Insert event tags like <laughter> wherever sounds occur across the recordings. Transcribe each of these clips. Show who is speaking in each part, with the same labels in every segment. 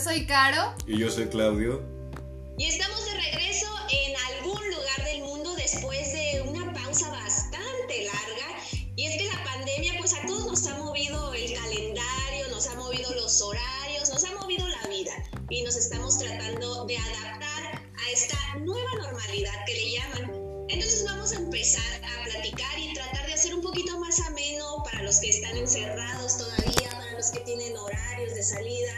Speaker 1: soy Caro.
Speaker 2: Y yo soy Claudio.
Speaker 3: Y estamos de regreso en algún lugar del mundo después de una pausa bastante larga. Y es que la pandemia pues a todos nos ha movido el calendario, nos ha movido los horarios, nos ha movido la vida. Y nos estamos tratando de adaptar a esta nueva normalidad que le llaman. Entonces vamos a empezar a platicar y tratar de hacer un poquito más ameno para los que están encerrados todavía, para los que tienen horarios de salida,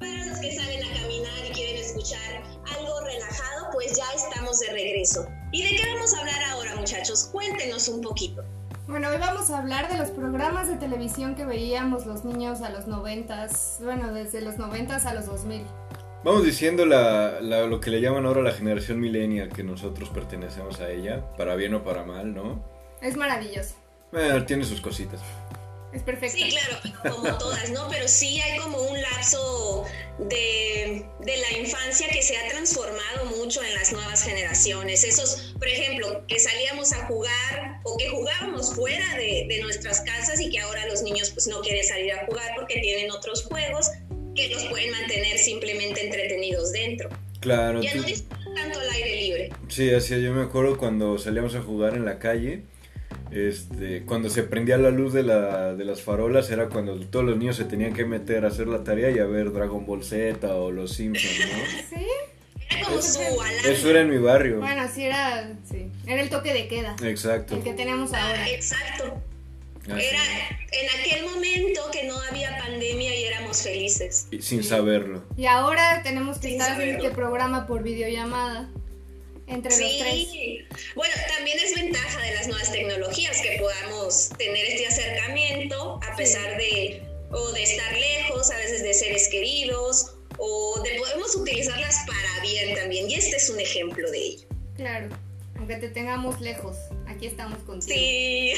Speaker 3: para los que salen a caminar y quieren escuchar algo relajado, pues ya estamos de regreso. ¿Y de qué vamos a hablar ahora, muchachos? Cuéntenos un poquito.
Speaker 1: Bueno, hoy vamos a hablar de los programas de televisión que veíamos los niños a los noventas, bueno, desde los noventas a los 2000.
Speaker 2: Vamos diciendo la, la- lo que le llaman ahora la generación millennial, que nosotros pertenecemos a ella, para bien o para mal, ¿no?
Speaker 1: Es maravilloso,
Speaker 2: Eh, tiene sus cositas.
Speaker 1: es perfecto.
Speaker 3: Sí, claro, como todas, ¿no? Pero sí hay como un lapso de, de la infancia que se ha transformado mucho en las nuevas generaciones. Esos, por ejemplo, que salíamos a jugar o que jugábamos fuera de, de nuestras casas y que ahora los niños pues no quieren salir a jugar porque tienen otros juegos que los pueden mantener simplemente entretenidos dentro.
Speaker 2: Claro.
Speaker 3: Ya no
Speaker 2: tú-
Speaker 3: disfrutan tanto el aire libre.
Speaker 2: Sí, así es, yo me acuerdo cuando salíamos a jugar en la calle, este, cuando se prendía la luz de, la, de las farolas era cuando todos los niños se tenían que meter a hacer la tarea y a ver Dragon Ball Z o Los Simpsons, ¿no?
Speaker 1: ¿Sí?
Speaker 3: Era como su alarma.
Speaker 2: Eso era en mi barrio.
Speaker 1: Bueno, sí era, sí, era el toque de queda,
Speaker 2: Exacto.
Speaker 1: el que tenemos ahora.
Speaker 3: Exacto.
Speaker 2: Así.
Speaker 3: Era en aquel momento que no había pandemia y éramos felices.
Speaker 2: Y Sin saberlo.
Speaker 1: Y ahora tenemos que
Speaker 3: Sin
Speaker 1: estar en
Speaker 3: saberlo.
Speaker 1: este programa por videollamada entre los tres.
Speaker 3: Sí. Bueno, también es ventaja de las nuevas tecnologías que podamos tener este acercamiento a pesar de o de estar lejos, a veces de seres queridos, o de podemos utilizarlas para bien también. Y este es un ejemplo de ello.
Speaker 1: Claro, aunque te tengamos lejos, aquí estamos contigo.
Speaker 3: Sí.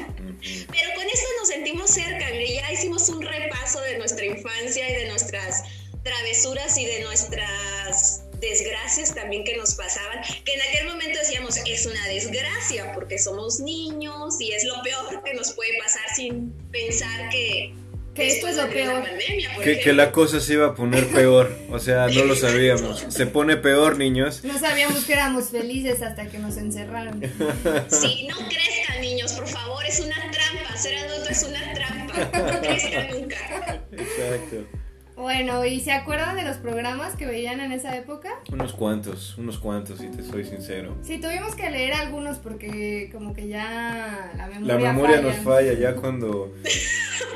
Speaker 2: Ujú.
Speaker 3: Pero con esto nos sentimos cerca, mire, ya hicimos un repaso de nuestra infancia y de nuestras travesuras y de nuestras desgracias también que nos pasaban, que en aquel momento decíamos es una desgracia porque somos niños y es lo peor que nos puede pasar sin pensar que,
Speaker 1: Que esto es lo
Speaker 3: vendría la
Speaker 1: peor.
Speaker 3: pandemia, por
Speaker 2: Que, que la
Speaker 3: ejemplo.
Speaker 2: cosa se iba a poner peor. O sea, no lo sabíamos. Se pone peor, niños.
Speaker 1: No sabíamos que éramos felices hasta que nos encerraron.
Speaker 2: <laughs>
Speaker 3: Sí, no crezcan niños, por favor, es una trampa, ser adulto es una trampa, no crezcan nunca.
Speaker 2: Exacto.
Speaker 1: Bueno, ¿y se acuerdan de los programas que veían en esa época?
Speaker 2: Unos cuantos, unos cuantos, si te soy sincero.
Speaker 1: Sí, tuvimos que leer algunos porque como que ya la memoria,
Speaker 2: La memoria nos
Speaker 1: falla.
Speaker 2: falla ya cuando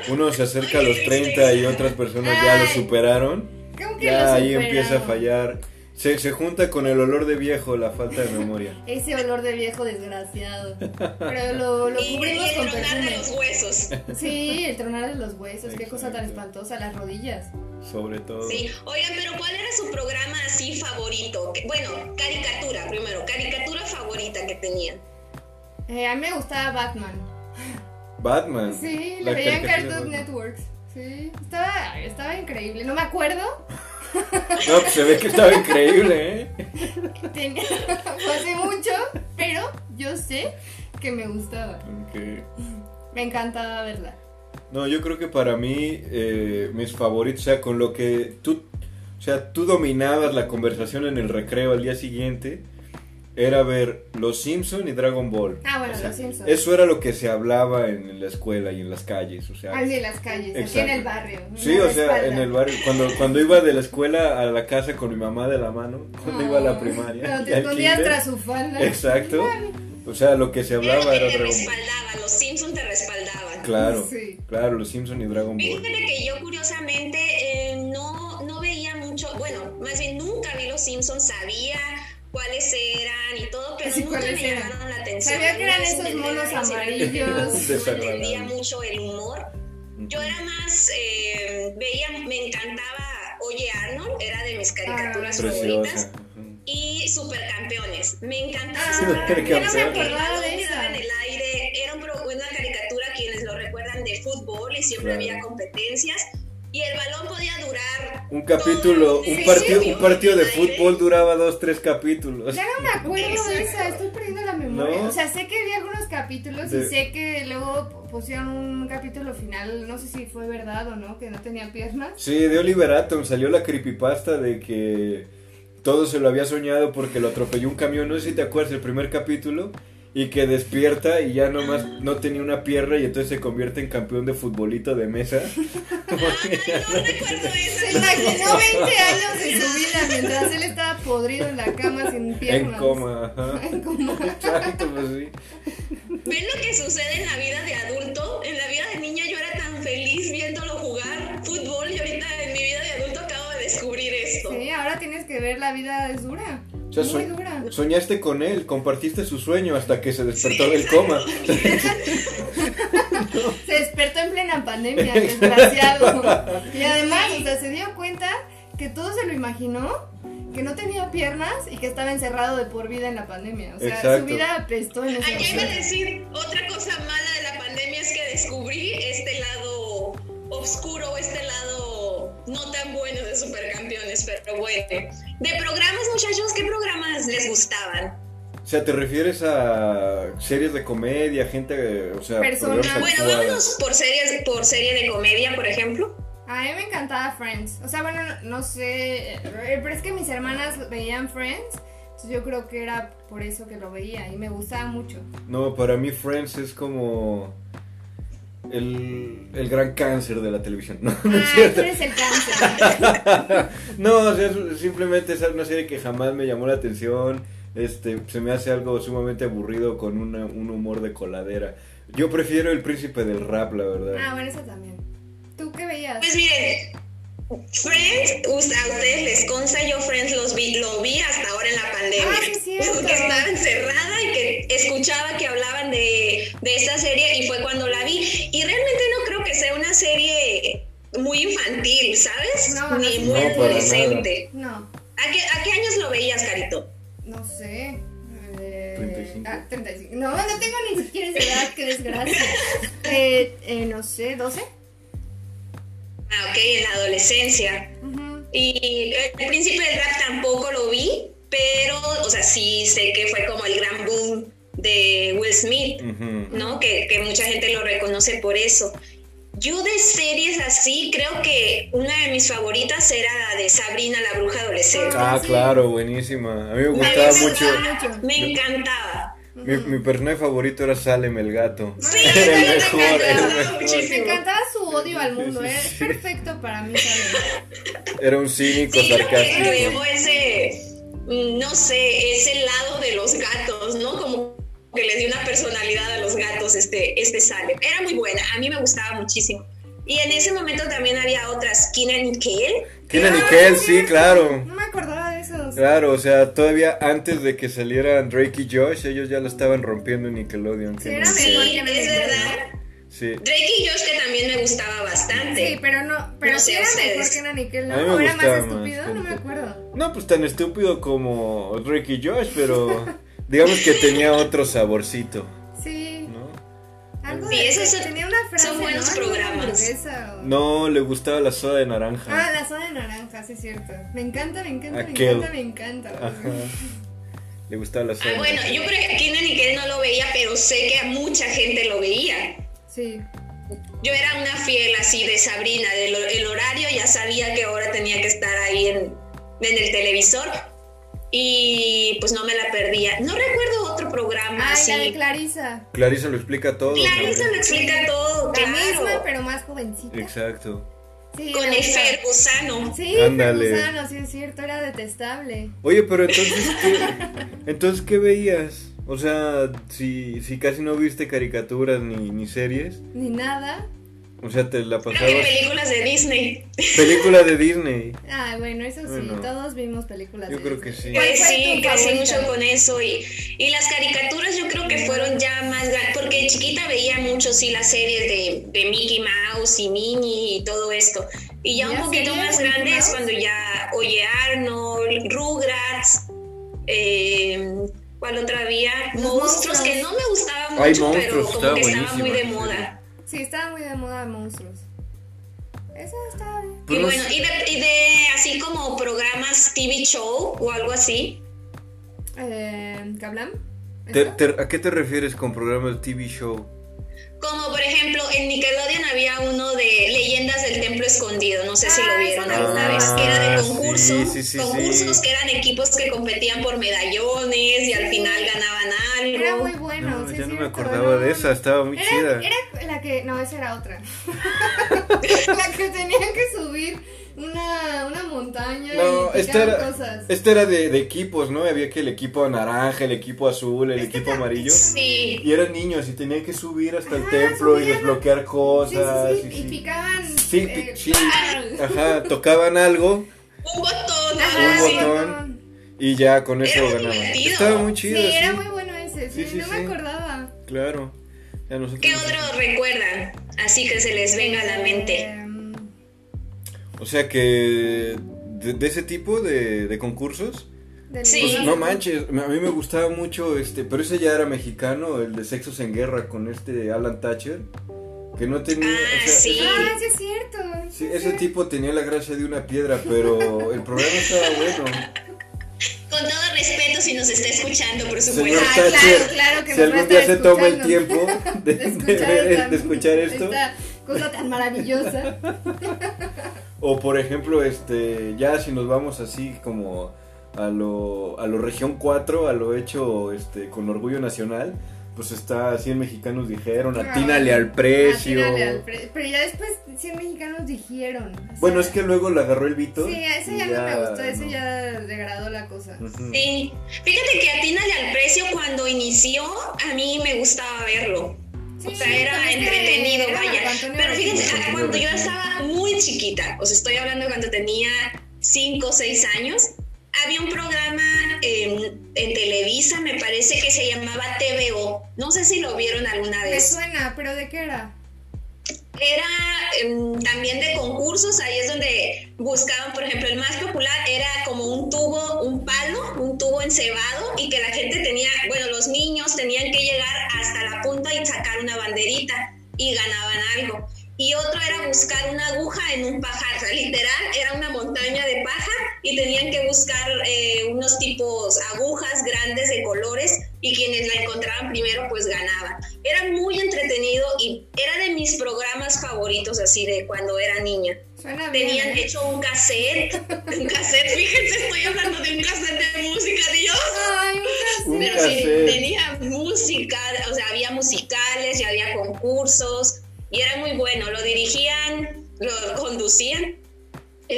Speaker 2: uno se acerca a los 30 y otras personas ya lo
Speaker 1: Ay.
Speaker 2: superaron.
Speaker 1: ¿Cómo que
Speaker 2: Ya
Speaker 1: lo
Speaker 2: ahí empieza a
Speaker 1: superaron?
Speaker 2: fallar. Se, se junta con el olor de viejo la falta de memoria.
Speaker 1: Ese olor de viejo desgraciado. Pero lo,
Speaker 3: <laughs>
Speaker 1: lo
Speaker 3: Y, y
Speaker 1: cubrimos
Speaker 3: el
Speaker 1: con
Speaker 3: tronar de
Speaker 1: perfume.
Speaker 3: los huesos.
Speaker 1: Sí, el tronar de los huesos, qué cosa tan
Speaker 2: Exacto.
Speaker 1: espantosa, las rodillas.
Speaker 2: Sobre todo.
Speaker 3: Sí, oigan, pero ¿cuál era su programa así favorito? Que- Bueno, caricatura primero, caricatura favorita que tenían.
Speaker 1: Eh, a mí me gustaba Batman.
Speaker 2: Batman.
Speaker 1: Sí,
Speaker 2: la
Speaker 1: lo veía en
Speaker 2: caricatura
Speaker 1: Cartoon
Speaker 2: de
Speaker 1: Network. Sí, estaba, estaba increíble. No me acuerdo.
Speaker 2: Batman. No, pues se ve que estaba increíble, ¿eh?
Speaker 1: Tenía, <laughs> fue hace mucho, pero yo sé que me gustaba.
Speaker 2: Ok.
Speaker 1: Me encantaba verla.
Speaker 2: No, yo creo que para mí eh, mis favoritos, o sea, con lo que tú, o sea, tú dominabas la conversación en el recreo al día siguiente, era ver Los Simpson y Dragon Ball.
Speaker 1: Ah, bueno,
Speaker 2: O sea,
Speaker 1: Los Simpsons.
Speaker 2: Eso era lo que se hablaba en la escuela y en las calles, o sea.
Speaker 1: Así en las calles, aquí Ah, en
Speaker 2: Exacto.
Speaker 1: el barrio.
Speaker 2: Sí,
Speaker 1: no
Speaker 2: o
Speaker 1: de
Speaker 2: sea,
Speaker 1: espalda.
Speaker 2: en el barrio, cuando, cuando iba de la escuela a la casa con mi mamá de la mano, cuando
Speaker 1: No,
Speaker 2: iba a la primaria.
Speaker 1: Pero
Speaker 2: y
Speaker 1: Ah. te
Speaker 2: al
Speaker 1: escondías
Speaker 2: kinder.
Speaker 1: tras su falda.
Speaker 2: Exacto. O sea, lo que se
Speaker 3: Era lo
Speaker 2: hablaba
Speaker 3: que
Speaker 2: era
Speaker 3: te
Speaker 2: Dragon Ball.
Speaker 3: respaldaban, los Simpsons te respaldaban.
Speaker 2: Claro,
Speaker 1: Sí.
Speaker 2: claro, Los Simpson y Dragon Ball.
Speaker 3: Fíjate que yo curiosamente eh, no, no veía mucho, bueno, más bien nunca vi los Simpsons, sabía cuáles eran y todo, pero
Speaker 1: Sí,
Speaker 3: nunca me
Speaker 1: cuáles eran.
Speaker 3: llamaron la atención.
Speaker 1: Sabía que eran
Speaker 3: No
Speaker 1: esos
Speaker 3: entendía
Speaker 1: monos
Speaker 3: la
Speaker 1: amarillos.
Speaker 3: No entendía
Speaker 2: <laughs> Desagradable.
Speaker 3: mucho el humor. Yo era más, eh, veía, me encantaba Oye Arnold, era de mis caricaturas
Speaker 1: Ah.
Speaker 2: Preciosa.
Speaker 3: favoritas. Y Supercampeones, me encantaba.
Speaker 1: Ah,
Speaker 3: Supercampeones.
Speaker 2: yo no me
Speaker 3: porque el
Speaker 1: acordaba
Speaker 3: balón
Speaker 1: de
Speaker 3: quedaba
Speaker 1: esa.
Speaker 3: en el aire, era un pro- una caricatura, quienes lo recuerdan, de fútbol y siempre
Speaker 2: Claro.
Speaker 3: había competencias. y el balón podía
Speaker 2: <laughs>
Speaker 3: durar.
Speaker 2: Un capítulo,
Speaker 3: todo-
Speaker 2: un
Speaker 3: Sí,
Speaker 2: partido,
Speaker 3: sí,
Speaker 2: un partido de
Speaker 3: sí.
Speaker 2: fútbol duraba dos, tres capítulos.
Speaker 1: Ya no me acuerdo de esa, estoy perdiendo la memoria.
Speaker 2: No.
Speaker 1: O sea, sé que vi algunos capítulos y
Speaker 2: De-
Speaker 1: sé que luego p- pusieron un capítulo final, no sé si fue verdad o no, que no tenía piernas.
Speaker 2: Sí, de Oliver Atom salió la creepypasta de que todo se lo había soñado porque lo atropelló un camión, no sé si te acuerdas el primer capítulo, y que despierta y ya nomás no tenía una pierna y entonces se convierte en campeón de futbolito de mesa.
Speaker 3: Ah, No recuerdo
Speaker 2: <laughs>
Speaker 1: Se
Speaker 3: eso.
Speaker 1: imaginó 20 años de su vida mientras él estaba podrido en la cama sin piernas.
Speaker 2: En coma, ajá.
Speaker 1: En coma.
Speaker 2: Exacto, pues sí.
Speaker 3: <laughs> ¿Ven lo que sucede en la vida de adulto? En la vida de niña yo era tan feliz viéndolo jugar fútbol y ahorita en mi vida de adulto acabo de descubrir esto.
Speaker 1: Sí, ahora tienes que ver la vida es dura.
Speaker 2: O sea,
Speaker 1: muy
Speaker 2: soñ-
Speaker 1: dura.
Speaker 2: soñaste con él, compartiste su sueño hasta que se despertó del coma.
Speaker 1: Se despertó en plena pandemia,
Speaker 2: <laughs>
Speaker 1: desgraciado. Y además, o sea, se dio cuenta que todo se lo imaginó, que no tenía piernas y que estaba encerrado de por vida en la pandemia. O sea, su
Speaker 2: Exacto.
Speaker 1: vida apestó en ese
Speaker 3: Allá iba a
Speaker 1: momento.
Speaker 3: decir, otra cosa mala de la pandemia es que descubrí este lado oscuro, este lado no tan bueno de Supercampeones, pero bueno. De programas, muchachos, ¿qué programas les gustaban?
Speaker 2: O sea, ¿te refieres a series de comedia, gente, eh, o sea,
Speaker 1: Personas.
Speaker 2: programas
Speaker 3: Bueno,
Speaker 2: actuales?
Speaker 3: vámonos por series, por serie de comedia, por ejemplo.
Speaker 1: A mí me encantaba Friends. O sea, bueno, no, no sé, eh, pero es que mis hermanas veían Friends. Entonces yo creo que era por eso que lo veía y me gustaba
Speaker 2: <laughs>
Speaker 1: mucho.
Speaker 2: No, para mí Friends es como el, el gran cáncer de la televisión. <laughs> No, no
Speaker 1: Ay,
Speaker 2: es
Speaker 1: Ah, tú
Speaker 2: cierto.
Speaker 1: eres el
Speaker 2: <laughs>
Speaker 1: cáncer.
Speaker 2: No, o sea, es- simplemente es una serie que jamás me llamó la atención. Este, se me hace algo sumamente aburrido con una- un humor de coladera. Yo prefiero El Príncipe del Rap, la verdad.
Speaker 1: Ah, bueno, eso también. ¿Tú qué veías?
Speaker 3: Pues miren, Friends, us- a ustedes les consta, yo Friends los vi, lo vi hasta ahora en la pandemia.
Speaker 1: Ah, sí, es cierto.
Speaker 3: <laughs> Que estaba encerrada y que escuchaba que hablaban de, de esta serie y fue cuando la vi. Y realmente no creo que sea una serie muy infantil, ¿sabes?
Speaker 1: No,
Speaker 3: Ni
Speaker 1: no,
Speaker 3: muy
Speaker 2: no, para
Speaker 3: adolescente.
Speaker 1: No,
Speaker 3: ¿A qué, a qué años lo veías, Carito?
Speaker 1: No sé. eh,
Speaker 2: 35.
Speaker 1: Ah, 35. No, no tengo ni siquiera esa edad, qué
Speaker 2: <laughs>
Speaker 1: desgracia. Eh, eh, no sé, 12.
Speaker 3: Ah, ok, en la adolescencia.
Speaker 1: Ujú.
Speaker 3: Y el príncipe del rap tampoco lo vi, pero, o sea, sí sé que fue como el gran boom de Will Smith,
Speaker 2: Ujú.
Speaker 3: ¿no? Que, que mucha gente lo reconoce por eso. Yo de series así, creo que una de mis favoritas era la de Sabrina, la bruja adolescente.
Speaker 2: Ah,
Speaker 1: sí.
Speaker 2: claro, buenísima. A mí me gustaba
Speaker 3: Me
Speaker 2: mucho.
Speaker 1: gustaba
Speaker 3: Me encantaba.
Speaker 2: Mi, mi personaje favorito era Salem el gato. <laughs>
Speaker 3: Sí,
Speaker 2: Era el
Speaker 3: me
Speaker 2: mejor,
Speaker 3: encantaba
Speaker 2: era el mejor.
Speaker 1: Me
Speaker 3: muchísimo.
Speaker 1: encantaba su odio al mundo,
Speaker 2: Sí,
Speaker 1: ¿eh?
Speaker 2: sí, sí.
Speaker 1: perfecto para mí también.
Speaker 2: Era un cínico
Speaker 3: Sí, creo que
Speaker 2: sarcástico.
Speaker 3: creó ese, mm, no sé, ese lado de los gatos, ¿no? Como que les dio una personalidad a los gatos este, este Salem. Era muy buena, a mí me gustaba muchísimo. Y en ese momento también había otras, Keenan y Kel.
Speaker 2: Kenan y Kel, sí, claro.
Speaker 1: Ah, No me acordaba de esos.
Speaker 2: Claro, o sea, todavía antes de que salieran Drake y Josh, ellos ya la estaban rompiendo en Nickelodeon.
Speaker 1: Sí,
Speaker 2: Kenan
Speaker 1: era
Speaker 2: y Kel.
Speaker 1: mejor.
Speaker 3: Sí,
Speaker 1: Kenan y
Speaker 3: es
Speaker 1: Kel,
Speaker 3: verdad.
Speaker 2: Sí.
Speaker 3: Drake y Josh que también me gustaba bastante.
Speaker 1: Sí, pero no, pero
Speaker 3: No sé
Speaker 1: sí era mejor
Speaker 3: ustedes.
Speaker 1: que Naniquel, ¿no?
Speaker 2: A mí me
Speaker 1: ¿O era más
Speaker 2: gustaba más
Speaker 1: estúpido? No me
Speaker 2: Kenan.
Speaker 1: acuerdo.
Speaker 2: No, pues tan estúpido como Drake y Josh, pero digamos que tenía otro saborcito,
Speaker 1: Sí,
Speaker 2: ¿no?
Speaker 1: algo
Speaker 3: Sí,
Speaker 1: de
Speaker 3: esos son-
Speaker 1: tenía una frase,
Speaker 3: son buenos
Speaker 1: ¿no? Algo de
Speaker 3: programas.
Speaker 1: hamburguesa o-
Speaker 2: No le gustaba la soda de
Speaker 1: Ah,
Speaker 2: naranja.
Speaker 1: la soda de naranja, sí es cierto. Me encanta, me encanta,
Speaker 2: Aquel.
Speaker 1: me encanta, me
Speaker 2: Ajá.
Speaker 1: encanta.
Speaker 2: Le gustaba la soda.
Speaker 3: Ah,
Speaker 2: de
Speaker 3: bueno,
Speaker 2: naranja.
Speaker 3: yo creo que Keenan y Kel no lo veía, pero sé que a mucha gente lo veía.
Speaker 1: Sí.
Speaker 3: Yo era una fiel así de Sabrina, del hor- el horario ya sabía que ahora tenía que estar ahí en, en el televisor y pues no me la perdía. No recuerdo otro programa
Speaker 1: Ay,
Speaker 3: así.
Speaker 1: la de Clarisa.
Speaker 2: Clarisa lo explica todo.
Speaker 3: Clarisa lo
Speaker 2: ¿no?
Speaker 3: explica todo,
Speaker 1: La misma,
Speaker 3: claro.
Speaker 1: pero más jovencita.
Speaker 2: Exacto.
Speaker 1: Sí,
Speaker 3: Con
Speaker 1: la
Speaker 3: el
Speaker 1: misma.
Speaker 3: Fer Gusano.
Speaker 1: Sí, Fer
Speaker 2: Ándale.
Speaker 1: Gusano, sí es cierto, era detestable.
Speaker 2: Oye, pero entonces, ¿qué, entonces, ¿qué veías? O sea, si, si casi no viste caricaturas ni, ni series,
Speaker 1: Ni nada.
Speaker 2: o sea, te la
Speaker 3: Creo que
Speaker 2: pasabas.
Speaker 3: películas de Disney.
Speaker 2: Película de Disney.
Speaker 1: Ah, bueno, eso sí,
Speaker 2: Bueno.
Speaker 1: todos vimos películas.
Speaker 2: Yo
Speaker 1: de
Speaker 2: creo que
Speaker 1: Disney.
Speaker 2: sí.
Speaker 1: ¿Cuál
Speaker 3: Pues
Speaker 1: fue
Speaker 3: sí,
Speaker 1: tu
Speaker 3: crecí
Speaker 1: favorita?
Speaker 3: mucho con eso y, y las caricaturas yo creo que fueron ya más grandes, porque de chiquita veía mucho sí las series de, de Mickey Mouse y Minnie y todo esto. Y ya
Speaker 1: ¿Ya
Speaker 3: un poquito
Speaker 1: series
Speaker 3: más
Speaker 1: de Mickey
Speaker 3: grande es
Speaker 1: Mouse?
Speaker 3: cuando ya oye Arnold, Rugrats, eh, ¿cuál otra había?
Speaker 1: Los
Speaker 3: Monstruos,
Speaker 1: monstruos.
Speaker 3: que no me gustaban
Speaker 2: Ay,
Speaker 3: mucho, pero
Speaker 2: monstruos,
Speaker 3: como
Speaker 2: estaba
Speaker 3: que estaba muy de
Speaker 2: buenísima.
Speaker 3: moda.
Speaker 1: Sí, estaba muy de moda monstruos. Eso está bien.
Speaker 3: Y
Speaker 2: Pero
Speaker 3: bueno,
Speaker 2: es-
Speaker 3: y de, y de así como programas TV show o algo así.
Speaker 1: Eh, ¿Kablam?
Speaker 2: te-
Speaker 1: ¿Eso?
Speaker 2: te- ¿A qué te refieres con programas TV show?
Speaker 3: Como por ejemplo, en Nickelodeon había uno de Leyendas del Templo Escondido, no sé si
Speaker 1: Ah,
Speaker 3: lo vieron
Speaker 1: esa
Speaker 3: alguna
Speaker 1: me
Speaker 3: vez,
Speaker 1: gusta.
Speaker 3: que era
Speaker 2: Ah,
Speaker 3: de
Speaker 2: sí,
Speaker 3: concursos,
Speaker 2: sí, sí,
Speaker 3: concursos
Speaker 2: sí.
Speaker 3: que eran equipos que competían por medallones y al final ganaban algo.
Speaker 1: Era muy bueno.
Speaker 2: no,
Speaker 1: sí,
Speaker 2: ya
Speaker 1: es
Speaker 2: no me
Speaker 1: cierto,
Speaker 2: acordaba
Speaker 1: no,
Speaker 2: de esa, estaba muy
Speaker 1: Era,
Speaker 2: chida.
Speaker 1: era la que. No, esa era otra. <laughs> la que tenían que subir una, una montaña
Speaker 2: No,
Speaker 1: y
Speaker 2: esta
Speaker 1: picar
Speaker 2: era,
Speaker 1: cosas.
Speaker 2: esta era de, de equipos, ¿no? Había que el equipo naranja, el equipo azul, el
Speaker 1: Este
Speaker 2: equipo
Speaker 1: tam-
Speaker 2: amarillo.
Speaker 3: Sí,
Speaker 2: Y eran niños y tenían que subir hasta el
Speaker 1: Ajá,
Speaker 2: templo y
Speaker 1: subían.
Speaker 2: desbloquear
Speaker 1: Sí,
Speaker 2: cosas.
Speaker 1: sí, sí,
Speaker 2: y
Speaker 1: Y picaban.
Speaker 2: Sí,
Speaker 1: eh,
Speaker 2: pi- sí.
Speaker 1: ¡pam!
Speaker 2: Ajá, tocaban algo
Speaker 3: un botón, algo
Speaker 1: Ajá,
Speaker 2: Un
Speaker 3: así.
Speaker 1: sí,
Speaker 2: botón. y ya con eso
Speaker 3: Era muy
Speaker 2: ganaban.
Speaker 3: divertido.
Speaker 2: Estaba muy
Speaker 1: Sí,
Speaker 2: chido. sí,
Speaker 1: era muy bueno ese. Sí,
Speaker 2: Sí, sí,
Speaker 1: no me
Speaker 2: sí.
Speaker 1: acordaba.
Speaker 2: Claro. Ya nosotros-
Speaker 3: ¿Qué otro recuerdan? Así que se les venga a la mente.
Speaker 1: Em,
Speaker 2: O sea que de, de ese tipo de, de concursos,
Speaker 1: del-
Speaker 3: Sí.
Speaker 2: pues no manches, a mí me gustaba mucho este, pero ese ya era mexicano, el de Sexos en Guerra con este Alan Thatcher, que no tenía,
Speaker 3: Ah,
Speaker 2: o sea,
Speaker 3: sí.
Speaker 2: ese-
Speaker 1: Ah, sí, es cierto.
Speaker 2: sí, ese tipo tenía la gracia de una piedra, pero el programa estaba bueno.
Speaker 3: <laughs> Con todo respeto si nos está escuchando, por
Speaker 2: Señor
Speaker 3: supuesto.
Speaker 1: Ah,
Speaker 2: Thatcher,
Speaker 1: claro, claro que nos
Speaker 2: si
Speaker 1: va a
Speaker 2: algún día
Speaker 1: estar
Speaker 2: se toma el
Speaker 1: escuchando.
Speaker 2: tiempo
Speaker 3: <laughs>
Speaker 1: De
Speaker 2: de, de
Speaker 1: escuchar,
Speaker 2: ver-
Speaker 1: tan-
Speaker 2: <laughs> de escuchar esto,
Speaker 1: Esta cosa tan maravillosa.
Speaker 2: o por ejemplo, este, ya si nos vamos así como a lo, a lo región 4, a lo hecho este, con orgullo nacional, pues está 100 mexicanos dijeron,
Speaker 1: Ah,
Speaker 2: atínale al precio.
Speaker 1: Atínale al pre- Pero ya después 100 mexicanos dijeron. o sea,
Speaker 2: Bueno, es que luego le agarró el Vito.
Speaker 1: Sí, a ese
Speaker 2: y
Speaker 1: ya, no me gustó, ese
Speaker 2: no.
Speaker 1: ya degradó la cosa.
Speaker 2: Ujú.
Speaker 3: Ah, Sí. Fíjate que atínale al precio cuando inició, a mí me gustaba verlo.
Speaker 1: Sí,
Speaker 3: O sea, era
Speaker 1: también
Speaker 3: entretenido,
Speaker 1: era
Speaker 3: vaya.
Speaker 1: Antonio
Speaker 3: Pero
Speaker 1: Banderas.
Speaker 3: fíjense,
Speaker 2: Banderas.
Speaker 3: ah, cuando yo estaba muy chiquita, o sea, estoy hablando de cuando tenía 5 o 6 años, había un programa en, en Televisa, me parece que se llamaba TVO. No sé si lo vieron alguna
Speaker 1: Me
Speaker 3: vez.
Speaker 1: suena, pero ¿de qué era?
Speaker 3: Era em, también de concursos, ahí es donde buscaban, por ejemplo, el más popular era como un tubo, un palo, un tubo encebado y que la gente tenía, bueno, los niños tenían que llegar hasta la punta y sacar una banderita y ganaban algo. Y otro era buscar una aguja en un pajar, o sea, literal, era una montaña de paja y tenían que buscar eh, unos tipos agujas grandes de colores y quienes la encontraban primero pues ganaban. Era muy entretenido y era de mis programas favoritos así de cuando era niña.
Speaker 1: Suena bien.
Speaker 3: Tenían
Speaker 1: ¿eh?
Speaker 3: hecho un cassette, <laughs> un cassette, fíjense, estoy hablando de un cassette de música, Dios.
Speaker 1: Ay,
Speaker 3: <laughs>
Speaker 2: Un
Speaker 1: muchas
Speaker 3: Pero sí,
Speaker 2: cassette.
Speaker 3: tenía música, o sea, había musicales y había concursos y era muy bueno. Lo dirigían, lo conducían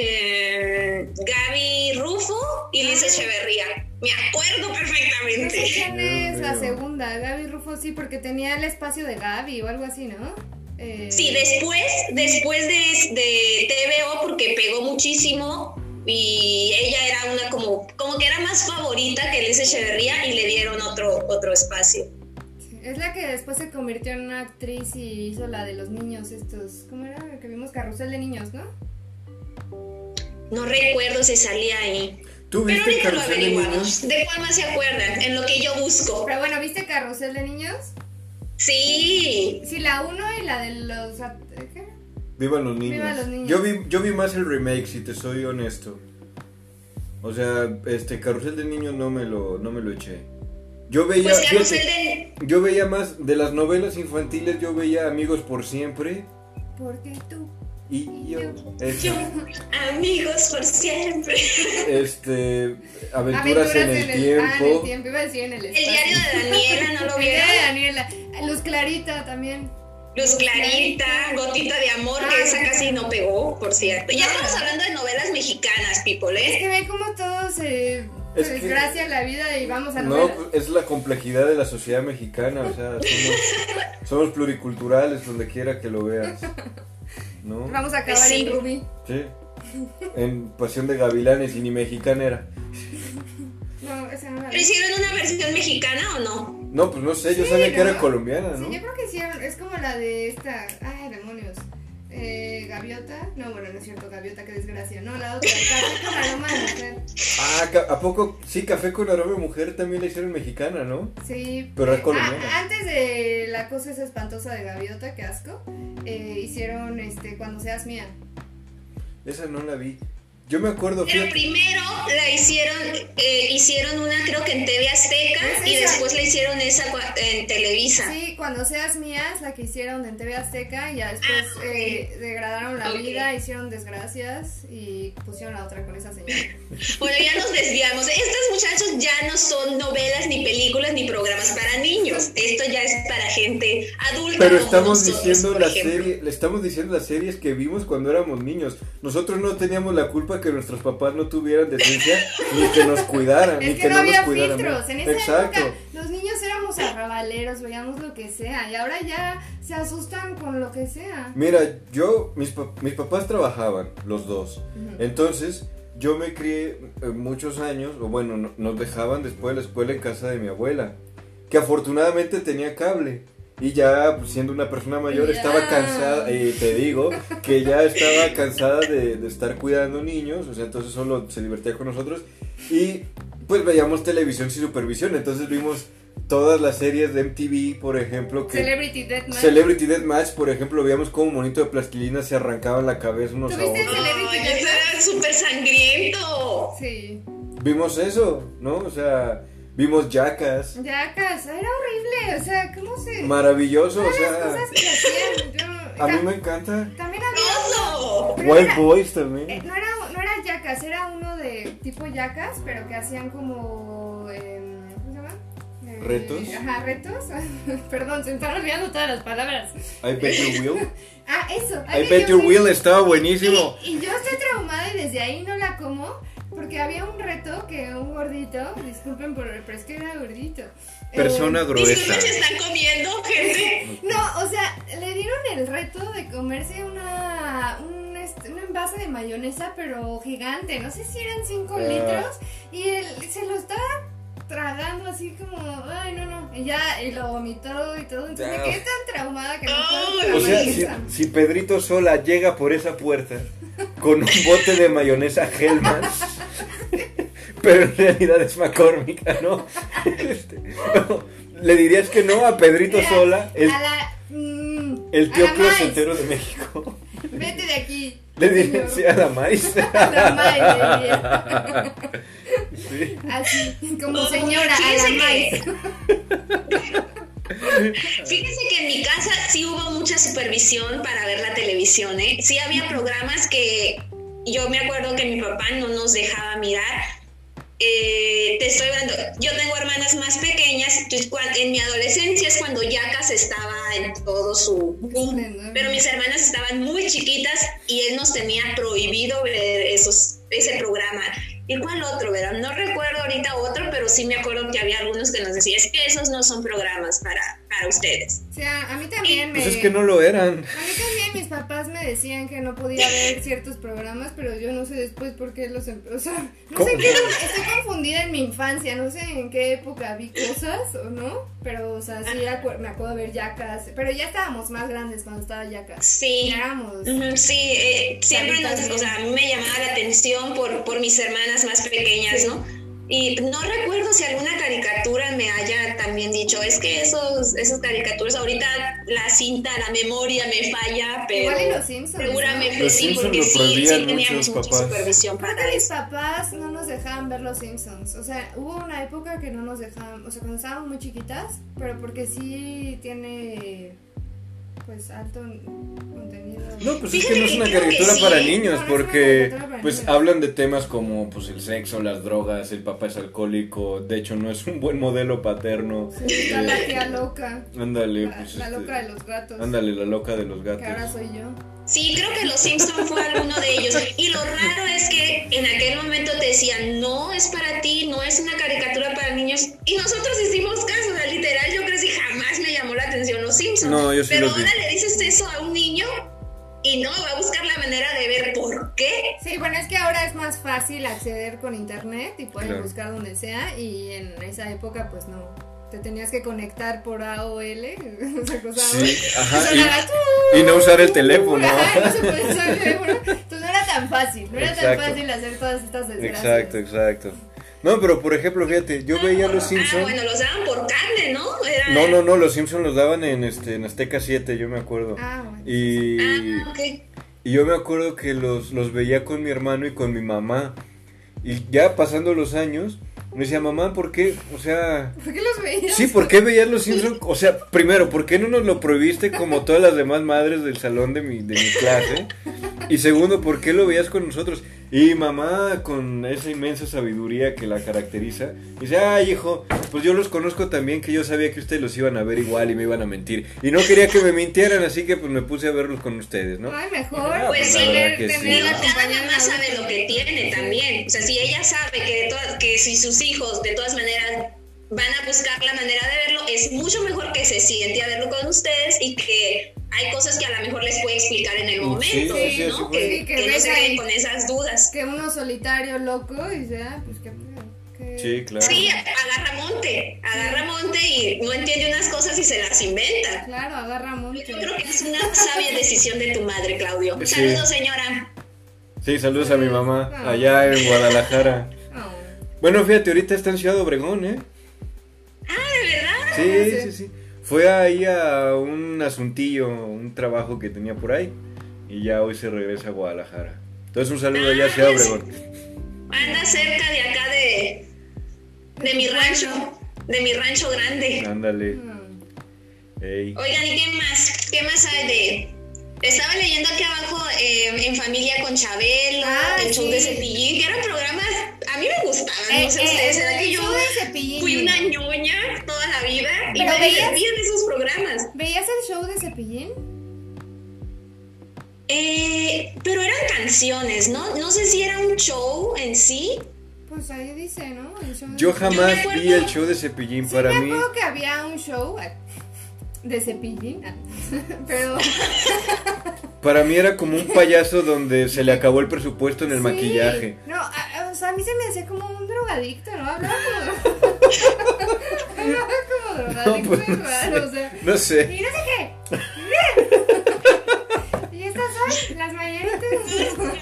Speaker 3: eh, Gaby Rufo y Liz Echeverría. Me acuerdo
Speaker 1: No sé
Speaker 3: perfectamente.
Speaker 1: quién es la
Speaker 2: Dios mío.
Speaker 1: segunda, Gaby Rufo sí, porque tenía el espacio de Gaby o algo así, ¿no? Eh,
Speaker 3: Sí, después, después de, de TVO, porque pegó muchísimo y ella era una como, como que era más favorita que Liz Echeverría y le dieron otro, otro espacio.
Speaker 1: Es la que después se convirtió en una actriz y hizo la de los niños estos. ¿Cómo era? Que vimos Carrusel de Niños, ¿no?
Speaker 3: No recuerdo si salía ahí.
Speaker 2: ¿Tú
Speaker 3: Pero
Speaker 1: Este
Speaker 3: ahorita
Speaker 2: viste
Speaker 3: lo
Speaker 2: Carrusel de
Speaker 3: averiguamos.
Speaker 2: Niños?
Speaker 3: ¿De cuál más se acuerdan? En lo que yo busco.
Speaker 1: Pero bueno, ¿viste Carrusel de Niños?
Speaker 3: Sí.
Speaker 1: Sí, la uno y la de los... at- ¿qué?
Speaker 2: Vivan los niños.
Speaker 1: Viva los niños.
Speaker 2: Yo, vi, yo vi más el remake, si te soy honesto. O sea, este Carrusel de Niños no me lo, no me lo eché. Yo veía,
Speaker 3: Pues Carrusel
Speaker 2: fíjate,
Speaker 3: de...
Speaker 2: yo veía más de las novelas infantiles, yo veía Amigos por Siempre
Speaker 1: Porque tú...
Speaker 2: y este, yo,
Speaker 1: Yo.
Speaker 2: eso.
Speaker 3: Yo, amigos por siempre.
Speaker 2: este, Aventuras, en el,
Speaker 1: ah, en el
Speaker 2: Tiempo.
Speaker 1: tiempo, iba a decir en el
Speaker 3: El
Speaker 1: espacio.
Speaker 3: diario de Daniela, ¿no lo
Speaker 1: El diario de
Speaker 3: vieron?
Speaker 1: Daniela. Luz Clarita también.
Speaker 3: Luz Clarita, Gotita de Amor,
Speaker 1: Ah,
Speaker 3: que esa casi no pegó, por cierto. Ya estamos hablando de novelas mexicanas, people,
Speaker 1: Es
Speaker 3: ¿eh?
Speaker 1: que ve cómo todo se, se
Speaker 2: Es que-
Speaker 1: desgracia la vida y vamos a
Speaker 2: No,
Speaker 1: novelas.
Speaker 2: pues, es la complejidad de la sociedad mexicana, o sea, somos, somos pluriculturales donde quiera que lo veas. ¿No?
Speaker 1: Vamos a acabar
Speaker 3: Pues sí.
Speaker 1: en Rubí.
Speaker 2: Sí. En Pasión de Gavilanes y ni mexicanera.
Speaker 1: No, esa no la
Speaker 3: ¿Pero
Speaker 1: vi.
Speaker 3: hicieron una versión mexicana o no?
Speaker 2: No, pues no sé, yo
Speaker 1: Sí,
Speaker 2: sabía que
Speaker 1: ¿no?
Speaker 2: era colombiana,
Speaker 1: Sí,
Speaker 2: Ah, ¿no?
Speaker 1: yo creo que hicieron, es como la de esta, ay demonios, eh, Gaviota, no, bueno, no es cierto, Gaviota, qué desgracia, no, la otra, Café con aroma de mujer,
Speaker 2: Ah, ca- ¿a poco? Sí, Café con aroma de mujer también la hicieron mexicana, ¿no?
Speaker 1: sí.
Speaker 2: Pero es
Speaker 1: Ah,
Speaker 2: colombiana.
Speaker 1: antes de la cosa esa espantosa de Gaviota, qué asco, eh, hicieron este, Cuando seas mía,
Speaker 2: Esa no la vi. Yo me acuerdo,
Speaker 3: Pero
Speaker 2: fíjate.
Speaker 3: primero la hicieron, eh, hicieron una creo que en TV Azteca
Speaker 1: Es
Speaker 3: y
Speaker 1: esa.
Speaker 3: después la hicieron esa cua- en Televisa.
Speaker 1: Sí, cuando seas mías, la que hicieron en TV Azteca, y ya después
Speaker 3: Ah, ok.
Speaker 1: eh, degradaron la
Speaker 3: Ok.
Speaker 1: vida, hicieron desgracias y pusieron la otra con esa señora.
Speaker 3: Bueno, ya nos desviamos. Estos muchachos ya no son novelas, ni películas, ni programas para niños. Esto ya es para gente adulta.
Speaker 2: Pero
Speaker 3: como
Speaker 2: estamos
Speaker 3: nosotros,
Speaker 2: diciendo
Speaker 3: por
Speaker 2: la
Speaker 3: ejemplo.
Speaker 2: serie, le estamos diciendo las series que vimos cuando éramos niños. Nosotros no teníamos la culpa que nuestros papás no tuvieran
Speaker 1: <laughs>
Speaker 2: decencia ni que nos cuidaran, ni
Speaker 1: es
Speaker 2: que,
Speaker 1: que, no
Speaker 2: nos
Speaker 1: había
Speaker 2: cuidaran.
Speaker 1: filtros. En esa
Speaker 2: Exacto.
Speaker 1: época los niños éramos arrabaleros, veíamos lo que sea, y ahora ya se asustan con lo que sea.
Speaker 2: Mira, yo mis, pa- mis papás trabajaban los dos.
Speaker 1: Ujú.
Speaker 2: Entonces, yo me crié eh, muchos años, o bueno, no- nos dejaban después de la escuela en casa de mi abuela, que afortunadamente tenía cable. Y ya pues, siendo una persona mayor
Speaker 1: Ya.
Speaker 2: estaba cansada, y te digo, que ya estaba cansada de, de estar cuidando niños, o sea, entonces solo se divertía con nosotros. Y pues veíamos televisión sin supervisión, entonces vimos todas las series de MTV, por ejemplo, que...
Speaker 1: Celebrity Deathmatch.
Speaker 2: Celebrity Deathmatch, por ejemplo, veíamos como un monito de plastilina se arrancaba la cabeza unos a
Speaker 1: ¿Tuviste
Speaker 2: otros.
Speaker 1: Celebrity
Speaker 3: Ay, eso era súper sangriento.
Speaker 1: sí.
Speaker 2: Vimos eso, ¿no? O sea, vimos Jackass.
Speaker 1: Ya casa, era horrible, o sea, ¿cómo se...?
Speaker 2: Maravilloso, o
Speaker 1: Las
Speaker 2: sea,
Speaker 1: cosas que hacían, yo-
Speaker 2: a mí me encanta.
Speaker 1: También había...
Speaker 3: ¡Oso!
Speaker 1: pero
Speaker 2: White
Speaker 1: era-
Speaker 2: Boys
Speaker 1: Eh,
Speaker 2: también.
Speaker 1: no era, no era yacas, era uno de tipo yacas, pero que hacían como. em, ¿Cómo se llama? Eh,
Speaker 2: ¿Retos?
Speaker 1: Ajá, retos. <laughs> Perdón, se me están olvidando todas las palabras.
Speaker 2: I Bet
Speaker 1: <laughs>
Speaker 2: Your Will.
Speaker 1: Ah, eso. ahí
Speaker 2: I Bet Your Will estaba
Speaker 1: Y,
Speaker 2: buenísimo.
Speaker 1: y yo estoy traumada y desde ahí no la como. Porque había un reto que un gordito, disculpen, por, pero es que era gordito. eh,
Speaker 2: Persona gruesa.
Speaker 3: Disculpen, se están comiendo, gente.
Speaker 1: no, o sea, le dieron el reto de comerse una un, este, un envase de mayonesa, pero gigante, no sé si eran 5
Speaker 2: Ah.
Speaker 1: litros, y él se lo estaba tragando así como, ay, no, no, y ya, y lo vomitó y todo, entonces
Speaker 2: Ah.
Speaker 1: me quedé tan traumada que no
Speaker 3: Ay.
Speaker 1: puedo
Speaker 2: O sea, si,
Speaker 1: traumatiza.
Speaker 2: si Pedrito Sola llega por esa puerta con un bote de mayonesa Hellman, <laughs> pero en realidad es McCormick, ¿ah, ¿no? <laughs> Este, Le dirías que no a Pedrito
Speaker 1: Mira,
Speaker 2: Sola, el,
Speaker 1: a la, mm,
Speaker 2: el
Speaker 1: a
Speaker 2: tío
Speaker 1: la
Speaker 2: closetero de México.
Speaker 1: Mais, Vete de aquí.
Speaker 2: Le
Speaker 1: señor.
Speaker 2: dirías sí, a la maíz.
Speaker 1: A la Mais,
Speaker 2: Sí.
Speaker 1: así, como señora, a la
Speaker 3: Fíjense
Speaker 1: Mais.
Speaker 3: que- <laughs> Fíjense que en mi casa sí hubo mucha supervisión para ver la televisión, ¿eh? Sí había programas que yo me acuerdo que mi papá no nos dejaba mirar. Eh, te estoy hablando, yo tengo hermanas más pequeñas, entonces, cuan- en mi adolescencia es cuando Yacas estaba en todo su boom, pero mis hermanas estaban muy chiquitas y él nos tenía prohibido ver esos, ese programa. ¿Y cuál otro, verdad? No recuerdo ahorita otro, pero sí me acuerdo que había algunos que nos decían, es que esos no son programas para, para ustedes.
Speaker 1: O sea, a mí también me...
Speaker 2: Pues es que no lo eran.
Speaker 1: A mí también mis papás me decían que no podía ver ciertos programas, pero yo no sé después por qué los... em- O sea, no sé
Speaker 2: ¿Cómo?
Speaker 1: qué... Estoy confundida en mi infancia, no sé en qué época vi cosas o no, pero, o sea, sí acu- me acuerdo de ver yacas, pero ya estábamos más grandes cuando estaba yacas.
Speaker 3: Sí.
Speaker 1: Ya éramos...
Speaker 3: Ujú, Sí, eh, siempre
Speaker 1: También,
Speaker 3: nos,
Speaker 1: también.
Speaker 3: o sea, a mí me llamaba la atención por, por mis hermanas más pequeñas, ¿no? Y no recuerdo si alguna caricatura me haya también dicho, es que esos, esas caricaturas, ahorita la cinta, la memoria me falla, pero
Speaker 1: Igual en los Simpsons. ¿no?
Speaker 3: seguramente
Speaker 2: Los
Speaker 3: sí,
Speaker 2: Simpsons
Speaker 3: porque
Speaker 2: lo
Speaker 3: sí,
Speaker 2: prohibían
Speaker 3: sí teníamos
Speaker 2: muchos
Speaker 3: mucha
Speaker 2: papás.
Speaker 3: supervisión
Speaker 1: Creo
Speaker 3: para
Speaker 1: que mis
Speaker 3: eso.
Speaker 1: papás no nos dejaban ver los Simpsons. O sea, hubo una época que no nos dejaban, o sea, cuando estábamos muy chiquitas, pero porque sí tiene pues alto contenido.
Speaker 2: No, pues
Speaker 3: Fíjate
Speaker 2: es que no es
Speaker 3: que
Speaker 2: una
Speaker 3: creo que
Speaker 2: caricatura
Speaker 3: sí.
Speaker 2: para
Speaker 1: No,
Speaker 2: niños,
Speaker 1: no es una
Speaker 2: porque
Speaker 1: caricatura para
Speaker 2: pues
Speaker 1: niños.
Speaker 2: hablan de temas como pues el sexo, las drogas, el papá es alcohólico, de hecho no es un buen modelo paterno. Eh,
Speaker 1: Sí, está la tía loca.
Speaker 2: Ándale,
Speaker 1: La,
Speaker 2: pues
Speaker 1: la
Speaker 2: este,
Speaker 1: loca de los gatos.
Speaker 2: ándale, la loca de los
Speaker 1: Que ahora
Speaker 2: gatos.
Speaker 1: soy yo.
Speaker 3: Sí, creo que Los Simpson fue alguno de ellos. Y lo raro es que en aquel momento te decían, no es para ti, no es una caricatura para niños. Y nosotros hicimos caso, o sea, literal, yo crecí, jamás me llamó la atención Los Simpson.
Speaker 2: No, yo sí
Speaker 3: Pero
Speaker 2: los vi.
Speaker 3: ahora le dices eso a un niño y no, va a buscar la manera de ver por qué.
Speaker 1: Sí, bueno, es que ahora es más fácil acceder con internet y pueden
Speaker 2: Claro.
Speaker 1: buscar donde sea y en esa época pues no. Te tenías que conectar por AOL, <laughs> o sea, cosa
Speaker 2: Sí,
Speaker 1: <laughs>
Speaker 2: ajá,
Speaker 1: Sonaba
Speaker 2: Ah, y-
Speaker 1: tú.
Speaker 2: y, no usar el teléfono.
Speaker 1: Ajá, no se puede usar el teléfono. Entonces no era tan fácil, no era
Speaker 2: Exacto.
Speaker 1: tan fácil hacer todas estas desgracias.
Speaker 2: Exacto, exacto. No, pero por ejemplo, fíjate, yo veía los
Speaker 3: Ah,
Speaker 2: Simpsons.
Speaker 3: bueno, los daban por carne, ¿no? Era-
Speaker 2: No, no, no, los Simpsons los daban en este en Azteca 7, yo me acuerdo.
Speaker 1: Ah, bueno.
Speaker 2: Y
Speaker 3: Ah, ok.
Speaker 2: Y Y yo me acuerdo que los, los veía con mi hermano y con mi mamá. Y ya pasando los años, me decía, mamá, ¿por qué? O sea,
Speaker 1: ¿Por qué los veías?
Speaker 2: Sí, ¿por qué veías los Simpsons? O sea, primero, ¿por qué no nos lo prohibiste como todas las demás madres del salón de mi, de mi clase? Y segundo, ¿por qué lo veías con nosotros? Y mamá, con esa inmensa sabiduría que la caracteriza, dice, ay hijo, pues yo los conozco también, que yo sabía que ustedes los iban a ver igual y me iban a mentir. Y no quería que me mintieran, así que pues me puse a verlos con ustedes, ¿no?
Speaker 1: Ay, mejor.
Speaker 2: Ah, pues
Speaker 1: tener-
Speaker 2: la verdad que sí.
Speaker 1: tener
Speaker 3: Digo,
Speaker 1: la
Speaker 3: cada
Speaker 1: compañía
Speaker 3: mamá
Speaker 1: de
Speaker 3: sabe
Speaker 1: adultos.
Speaker 3: lo que tiene también. O sea, si ella sabe que, de todas- que si sus hijos de todas maneras van a buscar la manera de verlo, es mucho mejor que se siente a verlo con ustedes y que hay cosas que a lo mejor les puede explicar en el
Speaker 2: Sí,
Speaker 3: momento,
Speaker 2: sí, sí,
Speaker 3: ¿no?
Speaker 2: sí,
Speaker 3: que,
Speaker 1: sí, que
Speaker 3: que no se
Speaker 1: venga
Speaker 3: queden
Speaker 1: ahí.
Speaker 3: con esas dudas.
Speaker 1: Que uno solitario, loco, y dice, ah, pues qué pedo. qué-
Speaker 2: Sí, claro.
Speaker 3: Sí, agarra monte, agarra monte y no entiende unas cosas y se las inventa.
Speaker 1: Claro, agarra mucho.
Speaker 3: Yo creo que es una sabia decisión de tu madre, Claudio.
Speaker 2: Sí.
Speaker 3: Saludos, señora.
Speaker 2: Sí, saludos a mi mamá, allá en Guadalajara.
Speaker 1: Ah,
Speaker 2: Bueno, fíjate, ahorita está en Ciudad Obregón, ¿eh?
Speaker 3: Ah, ¿de verdad?
Speaker 2: Sí, sí, sí. Fue ahí a un asuntillo, un trabajo que tenía por ahí. Y ya hoy se regresa a Guadalajara. Entonces un saludo allá
Speaker 1: Ah,
Speaker 2: hacia Obregón.
Speaker 3: Anda cerca de acá de, de mi rancho, de mi rancho grande.
Speaker 2: Ándale.
Speaker 1: ah.
Speaker 2: Ey.
Speaker 3: Oigan, ¿y qué más? ¿Qué más hay de...? Estaba leyendo aquí abajo eh, En Familia con Chabelo,
Speaker 1: Ah,
Speaker 3: El Show
Speaker 1: sí.
Speaker 3: de Cepillín, que eran programas... A mí me gustaban,
Speaker 1: Eh,
Speaker 3: no sé
Speaker 1: eh,
Speaker 3: ustedes, ¿será que
Speaker 1: el
Speaker 3: yo
Speaker 1: show de Cepillín.
Speaker 3: fui una ñoña toda la vida y
Speaker 1: Pero
Speaker 3: me
Speaker 1: veías-
Speaker 3: divertía de esos programas?
Speaker 1: ¿Veías el show de Cepillín?
Speaker 3: Eh, pero eran canciones, ¿no? No sé si era un show en sí.
Speaker 1: Pues ahí dice, ¿no? El show de
Speaker 2: Yo
Speaker 1: Cepillín.
Speaker 2: jamás
Speaker 3: Yo me
Speaker 2: vi el
Speaker 3: acuerdo-
Speaker 2: show de Cepillín
Speaker 1: Sí,
Speaker 2: para
Speaker 1: me
Speaker 2: mí.
Speaker 1: acuerdo que había un show ay, de Cepillín, ah, <laughs>
Speaker 2: <laughs>
Speaker 1: pero
Speaker 2: Para mí era como un payaso donde se le acabó el presupuesto en el
Speaker 1: Sí.
Speaker 2: maquillaje.
Speaker 1: No, a- a- o sea, a mí se me hacía como un drogadicto, ¿no? Hablaba como,
Speaker 2: <laughs>
Speaker 1: <laughs> hablaba como drogadicto,
Speaker 2: No, pues, no
Speaker 1: raro, o sea.
Speaker 2: No sé.
Speaker 1: Y no sé qué. <laughs> y estas son las mayoritas.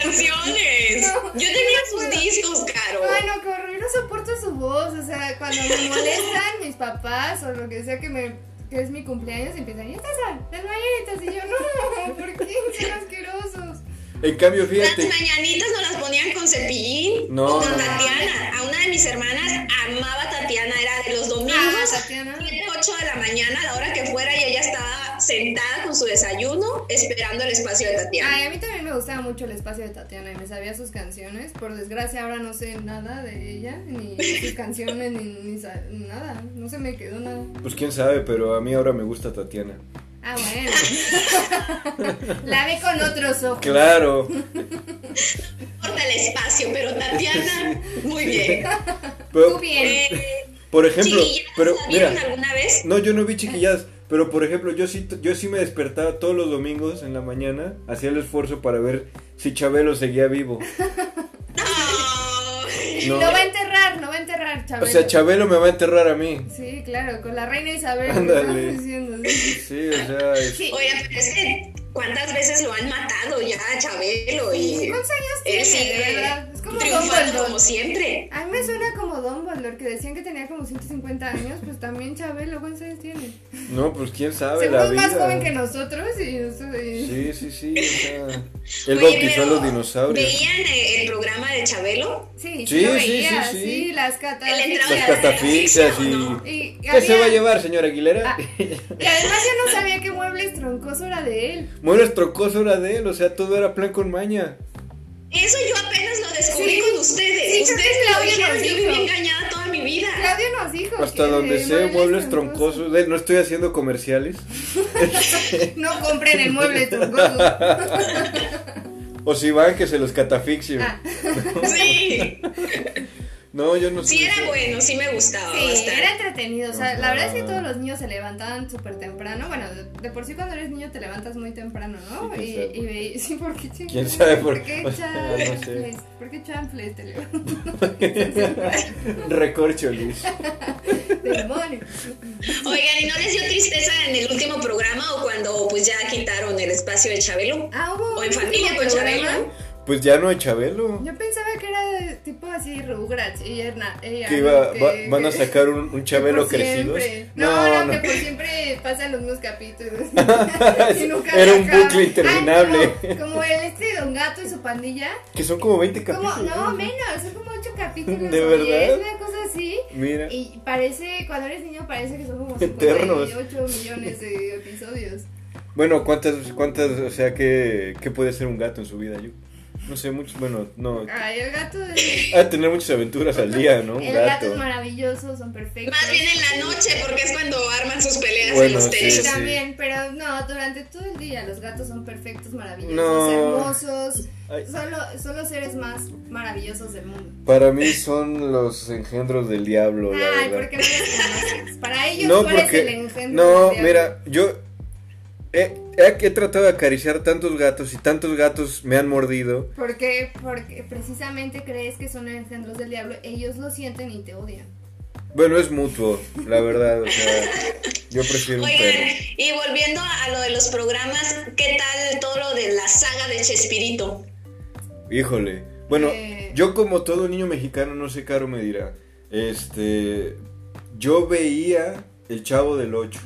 Speaker 3: ¡Canciones!
Speaker 1: No,
Speaker 3: Yo tenía
Speaker 1: no
Speaker 3: sus
Speaker 1: puedo.
Speaker 3: discos, Caro.
Speaker 1: Bueno, que horrible, no soporto su voz. O sea, cuando me molestan mis papás o lo que sea que me que es mi cumpleaños, empiezan, y estas son las mayoritas. Y yo, no, ¿por qué son asquerosos?
Speaker 2: En cambio,
Speaker 3: Las
Speaker 2: fíjate.
Speaker 3: mañanitas nos las ponían con cepillín
Speaker 2: No,
Speaker 3: o con
Speaker 2: no.
Speaker 3: Tatiana. A una de mis hermanas amaba Tatiana, era de los
Speaker 1: Ah,
Speaker 3: domingos.
Speaker 1: Tatiana.
Speaker 3: 7, 8 de la mañana, a la hora que fuera, y ella estaba sentada con su desayuno esperando el espacio de Tatiana.
Speaker 1: Ay, a mí también me gustaba mucho el espacio de Tatiana y me sabía sus canciones. Por desgracia ahora no sé nada de ella, ni sus canciones, ni, ni sa- nada. No se me quedó nada.
Speaker 2: Pues quién sabe, pero a mí ahora me gusta Tatiana.
Speaker 1: Ah, bueno. La ve con otros ojos.
Speaker 2: Claro.
Speaker 3: No importa el espacio, pero
Speaker 2: <laughs>
Speaker 3: Tatiana, muy bien.
Speaker 1: Tú
Speaker 2: Pero,
Speaker 1: bien.
Speaker 3: Eh,
Speaker 2: por ejemplo,
Speaker 3: chiquillas,
Speaker 2: pero
Speaker 3: ¿la
Speaker 2: mira.
Speaker 3: vieron alguna vez?
Speaker 2: No, yo no vi chiquilladas, pero por ejemplo, yo sí, yo sí me despertaba todos los domingos en la mañana, hacía el esfuerzo para ver si Chabelo seguía
Speaker 1: <laughs>
Speaker 2: vivo.
Speaker 1: Ah.
Speaker 3: <laughs> No.
Speaker 2: No.
Speaker 1: Lo va a enterrar, lo va a enterrar,
Speaker 2: O
Speaker 1: Chabelo.
Speaker 2: sea, Chabelo me va a enterrar a mí.
Speaker 1: Sí, claro, con la reina Isabel. ¿qué
Speaker 2: Ándale.
Speaker 1: estamos diciendo? Sí.
Speaker 2: Sí, o sea, es-
Speaker 1: Sí.
Speaker 3: Oiga, pero es que cuántas veces lo han matado ya a Chabelo y
Speaker 1: ¿Cuántos años
Speaker 3: él
Speaker 1: tiene, de
Speaker 3: sigue
Speaker 1: verdad? Es como
Speaker 3: triunfando
Speaker 1: Dumbledore.
Speaker 3: como siempre.
Speaker 1: A mí me suena como Don Dumbledore, que decían que tenía como 150 años, pues también Chabelo, ¿cuántos años tiene?
Speaker 2: no, pues quién sabe
Speaker 1: Seguro
Speaker 2: la
Speaker 1: es más joven que
Speaker 2: vida.
Speaker 1: nosotros y... nosotros- y-
Speaker 2: Sí, sí, sí, o sea, él
Speaker 3: Oye,
Speaker 2: bautizó a
Speaker 3: pero,
Speaker 2: los dinosaurios.
Speaker 3: ¿Veían eh, el programa de Chabelo?
Speaker 1: Sí,
Speaker 2: Sí,
Speaker 1: lo
Speaker 2: sí,
Speaker 1: veía,
Speaker 2: sí, sí.
Speaker 1: las
Speaker 3: Él entraba a
Speaker 2: Las
Speaker 3: la-
Speaker 1: catafixas.
Speaker 2: catafixias
Speaker 3: ¿no?
Speaker 2: y... <laughs>
Speaker 1: Y,
Speaker 2: ¿Qué
Speaker 1: había-
Speaker 2: se va a llevar, señora Aguilera?
Speaker 1: Ah. y además yo no sabía que Muebles Troncoso era de él.
Speaker 2: <laughs> Muebles trocoso era de él, o sea, todo era plan con maña.
Speaker 3: Eso yo apenas lo descubrí
Speaker 1: Sí.
Speaker 3: con ustedes.
Speaker 1: Sí, creo
Speaker 3: ustedes
Speaker 1: que
Speaker 3: me lo
Speaker 1: Claudio
Speaker 3: dijeron,
Speaker 1: nos
Speaker 3: yo viví
Speaker 1: dijo.
Speaker 3: engañada toda mi vida.
Speaker 1: Claudio nos dijo
Speaker 2: Hasta
Speaker 1: que
Speaker 2: donde sea, muebles troncosos. de él. No estoy haciendo comerciales.
Speaker 1: <laughs> No compren el Muebles
Speaker 2: <laughs>
Speaker 1: Troncoso.
Speaker 2: O si van, que se los catafixien.
Speaker 1: Ah,
Speaker 3: Sí,
Speaker 2: No, yo no sé.
Speaker 3: sí era
Speaker 2: <laughs>
Speaker 3: bueno, <laughs> sí me gustaba
Speaker 1: sí,
Speaker 3: bastante.
Speaker 1: era entretenido. O sea, la
Speaker 2: Ajá.
Speaker 1: verdad es que todos
Speaker 2: Ah.
Speaker 1: los niños se levantaban súper temprano. Bueno, de, de por sí cuando eres niño te levantas muy temprano, ¿no?
Speaker 2: Sí, quién
Speaker 1: y,
Speaker 2: sabe.
Speaker 1: y veí- sí, ¿por qué chingados?
Speaker 2: ¿Quién sabe por-
Speaker 1: por qué?
Speaker 2: o sea, <laughs> no sé.
Speaker 1: chanfles? ¿Por qué chanfles te levantas? <laughs>
Speaker 2: Recorcholis.
Speaker 1: Demonio.
Speaker 3: Oigan, ¿y no les dio tristeza en el último programa o cuando pues ya quitaron el espacio de Chabelo?
Speaker 1: Ah, hubo
Speaker 3: O pues, en
Speaker 1: un
Speaker 3: familia
Speaker 1: último
Speaker 3: con
Speaker 1: programa.
Speaker 3: Chabelo.
Speaker 2: Pues ya no hay Chabelo.
Speaker 1: Yo pensaba que era de tipo así Rugrats y Erna. eh, Arnold,
Speaker 2: Que iba-
Speaker 1: que-
Speaker 2: va-
Speaker 1: <laughs>
Speaker 2: van a
Speaker 1: que-
Speaker 2: sacar un, un
Speaker 1: que por
Speaker 2: Chabelo crecidos.
Speaker 1: siempre. No, no, que por siempre pasan los mismos
Speaker 2: <laughs>
Speaker 1: capítulos. <laughs> Y nunca
Speaker 2: Era un
Speaker 1: acaba.
Speaker 2: bucle interminable.
Speaker 1: Ay, como, como el este Don Gato y su pandilla.
Speaker 2: Que son como 20
Speaker 1: Como,
Speaker 2: capítulos.
Speaker 1: no, menos, son como ocho capítulos.
Speaker 2: ¿De
Speaker 1: o
Speaker 2: verdad?
Speaker 1: diez, una cosa así.
Speaker 2: Mira.
Speaker 1: Y parece, cuando eres niño, parece que son como
Speaker 2: <laughs> Eternos.
Speaker 1: 58 millones de episodios.
Speaker 2: Bueno, ¿cuántas, cuántas, o sea, qué, qué puede ser un gato en su vida, yo? No sé, muchos, bueno, no.
Speaker 1: Ay, el gato es.
Speaker 2: Ha de tener muchas aventuras al día, ¿no? Un
Speaker 1: El gato es maravilloso, son perfectos.
Speaker 3: Más bien en la noche, porque es cuando arman sus peleas en
Speaker 2: Bueno,
Speaker 3: los
Speaker 2: sí,
Speaker 1: Sí,
Speaker 3: techos.
Speaker 1: también, pero no, durante todo el día los gatos son perfectos, maravillosos,
Speaker 2: No.
Speaker 1: hermosos.
Speaker 2: Ay.
Speaker 1: Son, lo- son los seres más maravillosos del mundo.
Speaker 2: Para mí son los engendros del diablo, la
Speaker 1: Ay,
Speaker 2: verdad.
Speaker 1: ¿por qué no los conoces?
Speaker 2: <laughs>
Speaker 1: Para ellos
Speaker 2: no,
Speaker 1: tú eres el
Speaker 2: porque.
Speaker 1: engendro.
Speaker 2: No,
Speaker 1: del diablo.
Speaker 2: mira, yo. He, he- he tratado de acariciar tantos gatos y tantos gatos me han mordido.
Speaker 1: ¿Por qué? Porque precisamente crees que son engendros del diablo, ellos lo sienten y te odian.
Speaker 2: Bueno, es mutuo, la verdad. O sea, yo prefiero un
Speaker 3: Oigan,
Speaker 2: perro.
Speaker 3: y volviendo a lo de los programas, ¿qué tal todo lo de la saga de Chespirito?
Speaker 2: Híjole. Bueno,
Speaker 1: Eh.
Speaker 2: yo como todo niño mexicano, no sé, Caro me dirá. Este. Yo veía El Chavo del 8,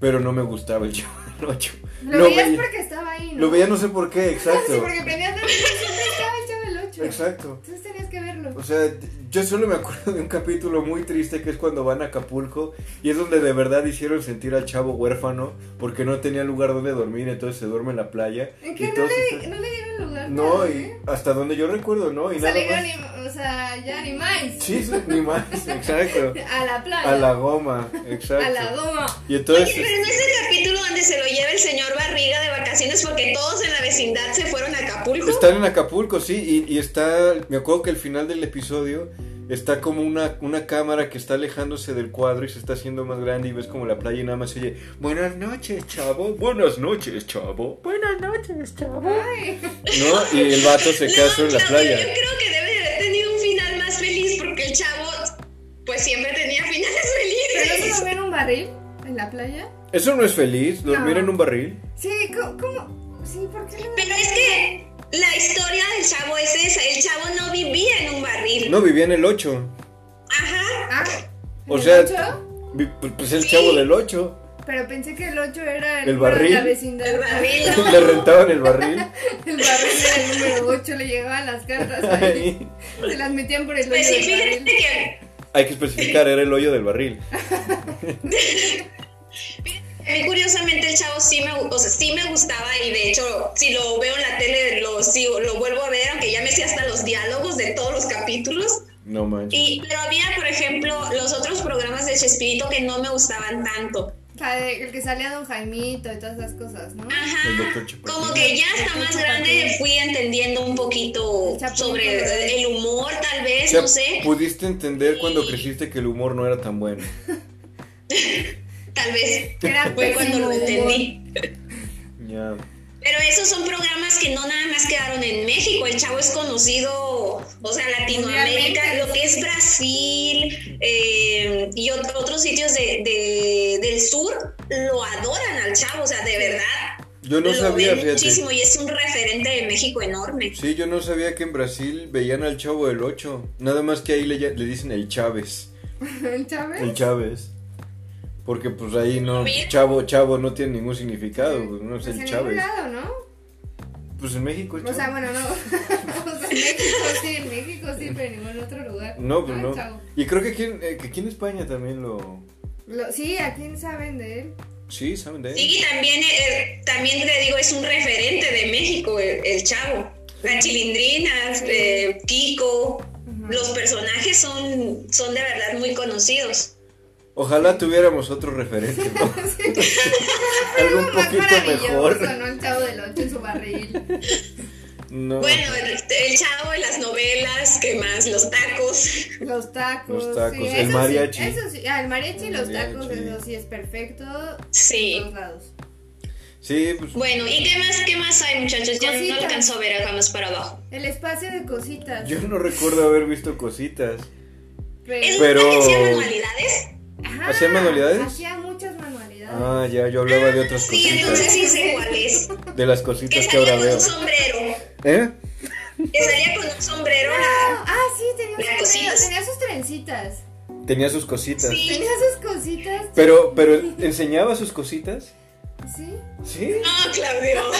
Speaker 2: pero no me gustaba El Chavo del 8.
Speaker 1: Lo veías porque estaba ahí, ¿no?
Speaker 2: Lo veía no sé por qué,
Speaker 1: <laughs> Sí,
Speaker 2: exacto.
Speaker 1: porque prendías la televisión siempre estaba el chavo del 8.
Speaker 2: Exacto.
Speaker 1: Entonces tenías que verlo.
Speaker 2: O sea, yo solo me acuerdo de un capítulo muy triste que es cuando van a Acapulco y es donde de verdad hicieron sentir al chavo huérfano porque no tenía lugar donde dormir, entonces se duerme en la playa.
Speaker 1: ¿En
Speaker 2: y
Speaker 1: qué no
Speaker 2: todos
Speaker 1: le,
Speaker 2: están-
Speaker 1: no le dieron lugar?
Speaker 2: No,
Speaker 1: para,
Speaker 2: y
Speaker 1: ¿eh?
Speaker 2: hasta donde yo recuerdo, ¿no? Y
Speaker 1: O sea, le
Speaker 2: más.
Speaker 1: dieron anim- o sea, ya animáis.
Speaker 2: Sí, sí, ni más,
Speaker 1: <laughs>
Speaker 2: <laughs> exacto.
Speaker 1: A la playa.
Speaker 2: A la goma, exacto.
Speaker 1: A la goma.
Speaker 2: Y
Speaker 3: Oye,
Speaker 2: entonces, este,
Speaker 3: pero no es el capítulo donde se lo lleva el señor Barriga de vacaciones porque todos en la vecindad se fueron a Acapulco.
Speaker 2: Están en Acapulco, sí, y, y está, me acuerdo que al final del episodio está como una, una cámara que está alejándose del cuadro y se está haciendo más grande y ves como la playa y nada más se oye, buenas noches, chavo, buenas noches, chavo, buenas noches, chavo.
Speaker 1: Ay,
Speaker 2: ¿No? Y el vato se queda solo pues, este en la
Speaker 3: Claudio,
Speaker 2: playa.
Speaker 3: Yo creo que debe de haber tenido un final más feliz porque el chavo, pues siempre tenía finales <laughs>
Speaker 1: ¿Pero no
Speaker 3: felices.
Speaker 1: se lo ven un barril en la playa?
Speaker 2: Eso no es feliz, dormir
Speaker 1: No.
Speaker 2: en un barril.
Speaker 1: Sí, ¿cómo? cómo? Sí, ¿por qué no?
Speaker 3: Pero es que la historia del chavo es esa. El chavo no vivía en un barril.
Speaker 2: No, vivía en el 8.
Speaker 3: Ajá.
Speaker 1: Ah,
Speaker 2: O
Speaker 1: ¿el
Speaker 2: sea,
Speaker 1: ocho?
Speaker 2: vi- pues, pues el chavo del 8.
Speaker 1: Pero pensé que el 8 era el,
Speaker 2: ¿El
Speaker 1: número de la
Speaker 2: barril?
Speaker 1: vecindad.
Speaker 3: El barril.
Speaker 2: Le rentaban el barril.
Speaker 1: <laughs> El barril era el número 8, le llegaban las cartas ahí.
Speaker 2: Ahí.
Speaker 1: Se las metían por el hoyo
Speaker 3: Pues sí,
Speaker 1: del
Speaker 3: fíjate
Speaker 1: barril.
Speaker 3: que
Speaker 2: Hay que especificar, era el hoyo del barril.
Speaker 3: A mí, Eh, curiosamente, el chavo sí me, gu- o sea, sí me gustaba y de hecho, si lo veo en la tele, lo, sigo- lo vuelvo a ver, aunque ya me sé hasta los diálogos de todos los capítulos.
Speaker 2: No manches.
Speaker 3: Y, pero había, por ejemplo, los otros programas de Chespirito que no me gustaban tanto.
Speaker 1: La de- El que salía Don Jaimito y todas esas cosas, ¿no?
Speaker 3: Ah.
Speaker 2: El doctor
Speaker 3: Ajá.
Speaker 2: Chapatín.
Speaker 3: Como que ya hasta más grande fui entendiendo un poquito
Speaker 1: El Chapulín Colorado.
Speaker 3: sobre el humor, tal vez,
Speaker 2: Ya
Speaker 3: no sé.
Speaker 2: Pudiste entender cuando creciste que el humor no era tan bueno.
Speaker 3: Tal vez
Speaker 1: Era
Speaker 3: fue cuando
Speaker 1: pésimo
Speaker 3: lo
Speaker 1: humor.
Speaker 3: entendí.
Speaker 2: Ya.
Speaker 3: Pero esos son programas que no nada más quedaron en México. El Chavo es conocido, o sea, Latinoamérica,
Speaker 1: Mundialmente.
Speaker 3: lo que es Brasil eh, y ot- otros sitios de, de- del sur lo adoran al Chavo, o sea, de verdad.
Speaker 2: Yo no
Speaker 3: lo
Speaker 2: sabía,
Speaker 3: ven
Speaker 2: fíjate.
Speaker 3: muchísimo y es un referente de México enorme.
Speaker 2: Sí, yo no sabía que en Brasil veían al chavo del 8. Nada más que ahí le, ll- le dicen el Chávez.
Speaker 1: <laughs> ¿El Chávez?
Speaker 2: El Chávez. Porque pues ahí no,
Speaker 3: Mira.
Speaker 2: chavo, chavo no tiene ningún significado, pues, no es
Speaker 1: Pues
Speaker 2: el
Speaker 1: en
Speaker 2: Chávez.
Speaker 1: ningún lado, ¿no?
Speaker 2: Pues en México es
Speaker 1: O sea,
Speaker 2: Chavo.
Speaker 1: bueno, no. <laughs> o sea, en México sí, en México sí, pero en ningún otro lugar.
Speaker 2: No, pues
Speaker 1: Ah,
Speaker 2: no.
Speaker 1: chavo.
Speaker 2: Y creo que aquí, en- eh, que aquí en España también lo...
Speaker 1: Lo- sí, ¿a quién saben de él? <laughs>
Speaker 2: Sí, saben de él.
Speaker 3: Sí, y también, eh, también te digo, es un referente de México el, el Chavo. Las chilindrinas, eh, Kiko, los personajes son, son de verdad muy conocidos.
Speaker 2: Ojalá tuviéramos otro referente, ¿no?
Speaker 1: <laughs>
Speaker 2: Algo un
Speaker 1: más
Speaker 2: poquito mejor.
Speaker 1: maravilloso, ¿no? El chavo del 8 en su barril.
Speaker 2: No.
Speaker 3: Bueno, el, el chavo en las novelas, ¿qué más? Los tacos.
Speaker 1: Los tacos.
Speaker 2: Los tacos,
Speaker 1: sí,
Speaker 2: el
Speaker 1: eso sí,
Speaker 2: mariachi.
Speaker 1: eso sí, ah, el mariachi y
Speaker 2: El
Speaker 1: los
Speaker 2: mariachi.
Speaker 1: tacos, eso sí es perfecto. En
Speaker 3: Sí.
Speaker 1: todos lados.
Speaker 2: Sí, pues
Speaker 3: Bueno, ¿y qué más, qué más hay, muchachos? Ya no
Speaker 1: Cositas.
Speaker 3: alcanzó a ver acá más para abajo.
Speaker 1: El espacio de cositas.
Speaker 2: yo no recuerdo haber visto cositas.
Speaker 1: pero-
Speaker 3: ¿Es
Speaker 2: Pero-
Speaker 3: verdad que hacía manualidades?
Speaker 1: Ajá,
Speaker 2: ¿Hacía manualidades?
Speaker 1: Hacía muchas manualidades.
Speaker 2: Ah, ya, yo hablaba de otras
Speaker 3: Sí, entonces
Speaker 2: cositas.
Speaker 3: sí sé cuál es.
Speaker 2: De las
Speaker 3: Que
Speaker 2: cositas que
Speaker 3: salía
Speaker 2: ahora
Speaker 3: con
Speaker 2: veo.
Speaker 3: un sombrero.
Speaker 2: ¿Eh?
Speaker 3: Que salía con un sombrero
Speaker 1: Ah,
Speaker 3: la,
Speaker 1: ah, sí, tenía un
Speaker 3: la
Speaker 1: cositas.
Speaker 2: Tenía sus cositas.
Speaker 3: Sí.
Speaker 1: Tenía sus cositas.
Speaker 2: Pero, pero enseñaba sus cositas.
Speaker 1: Sí.
Speaker 2: ¿Sí?
Speaker 3: No, Claudio.
Speaker 2: ¿No?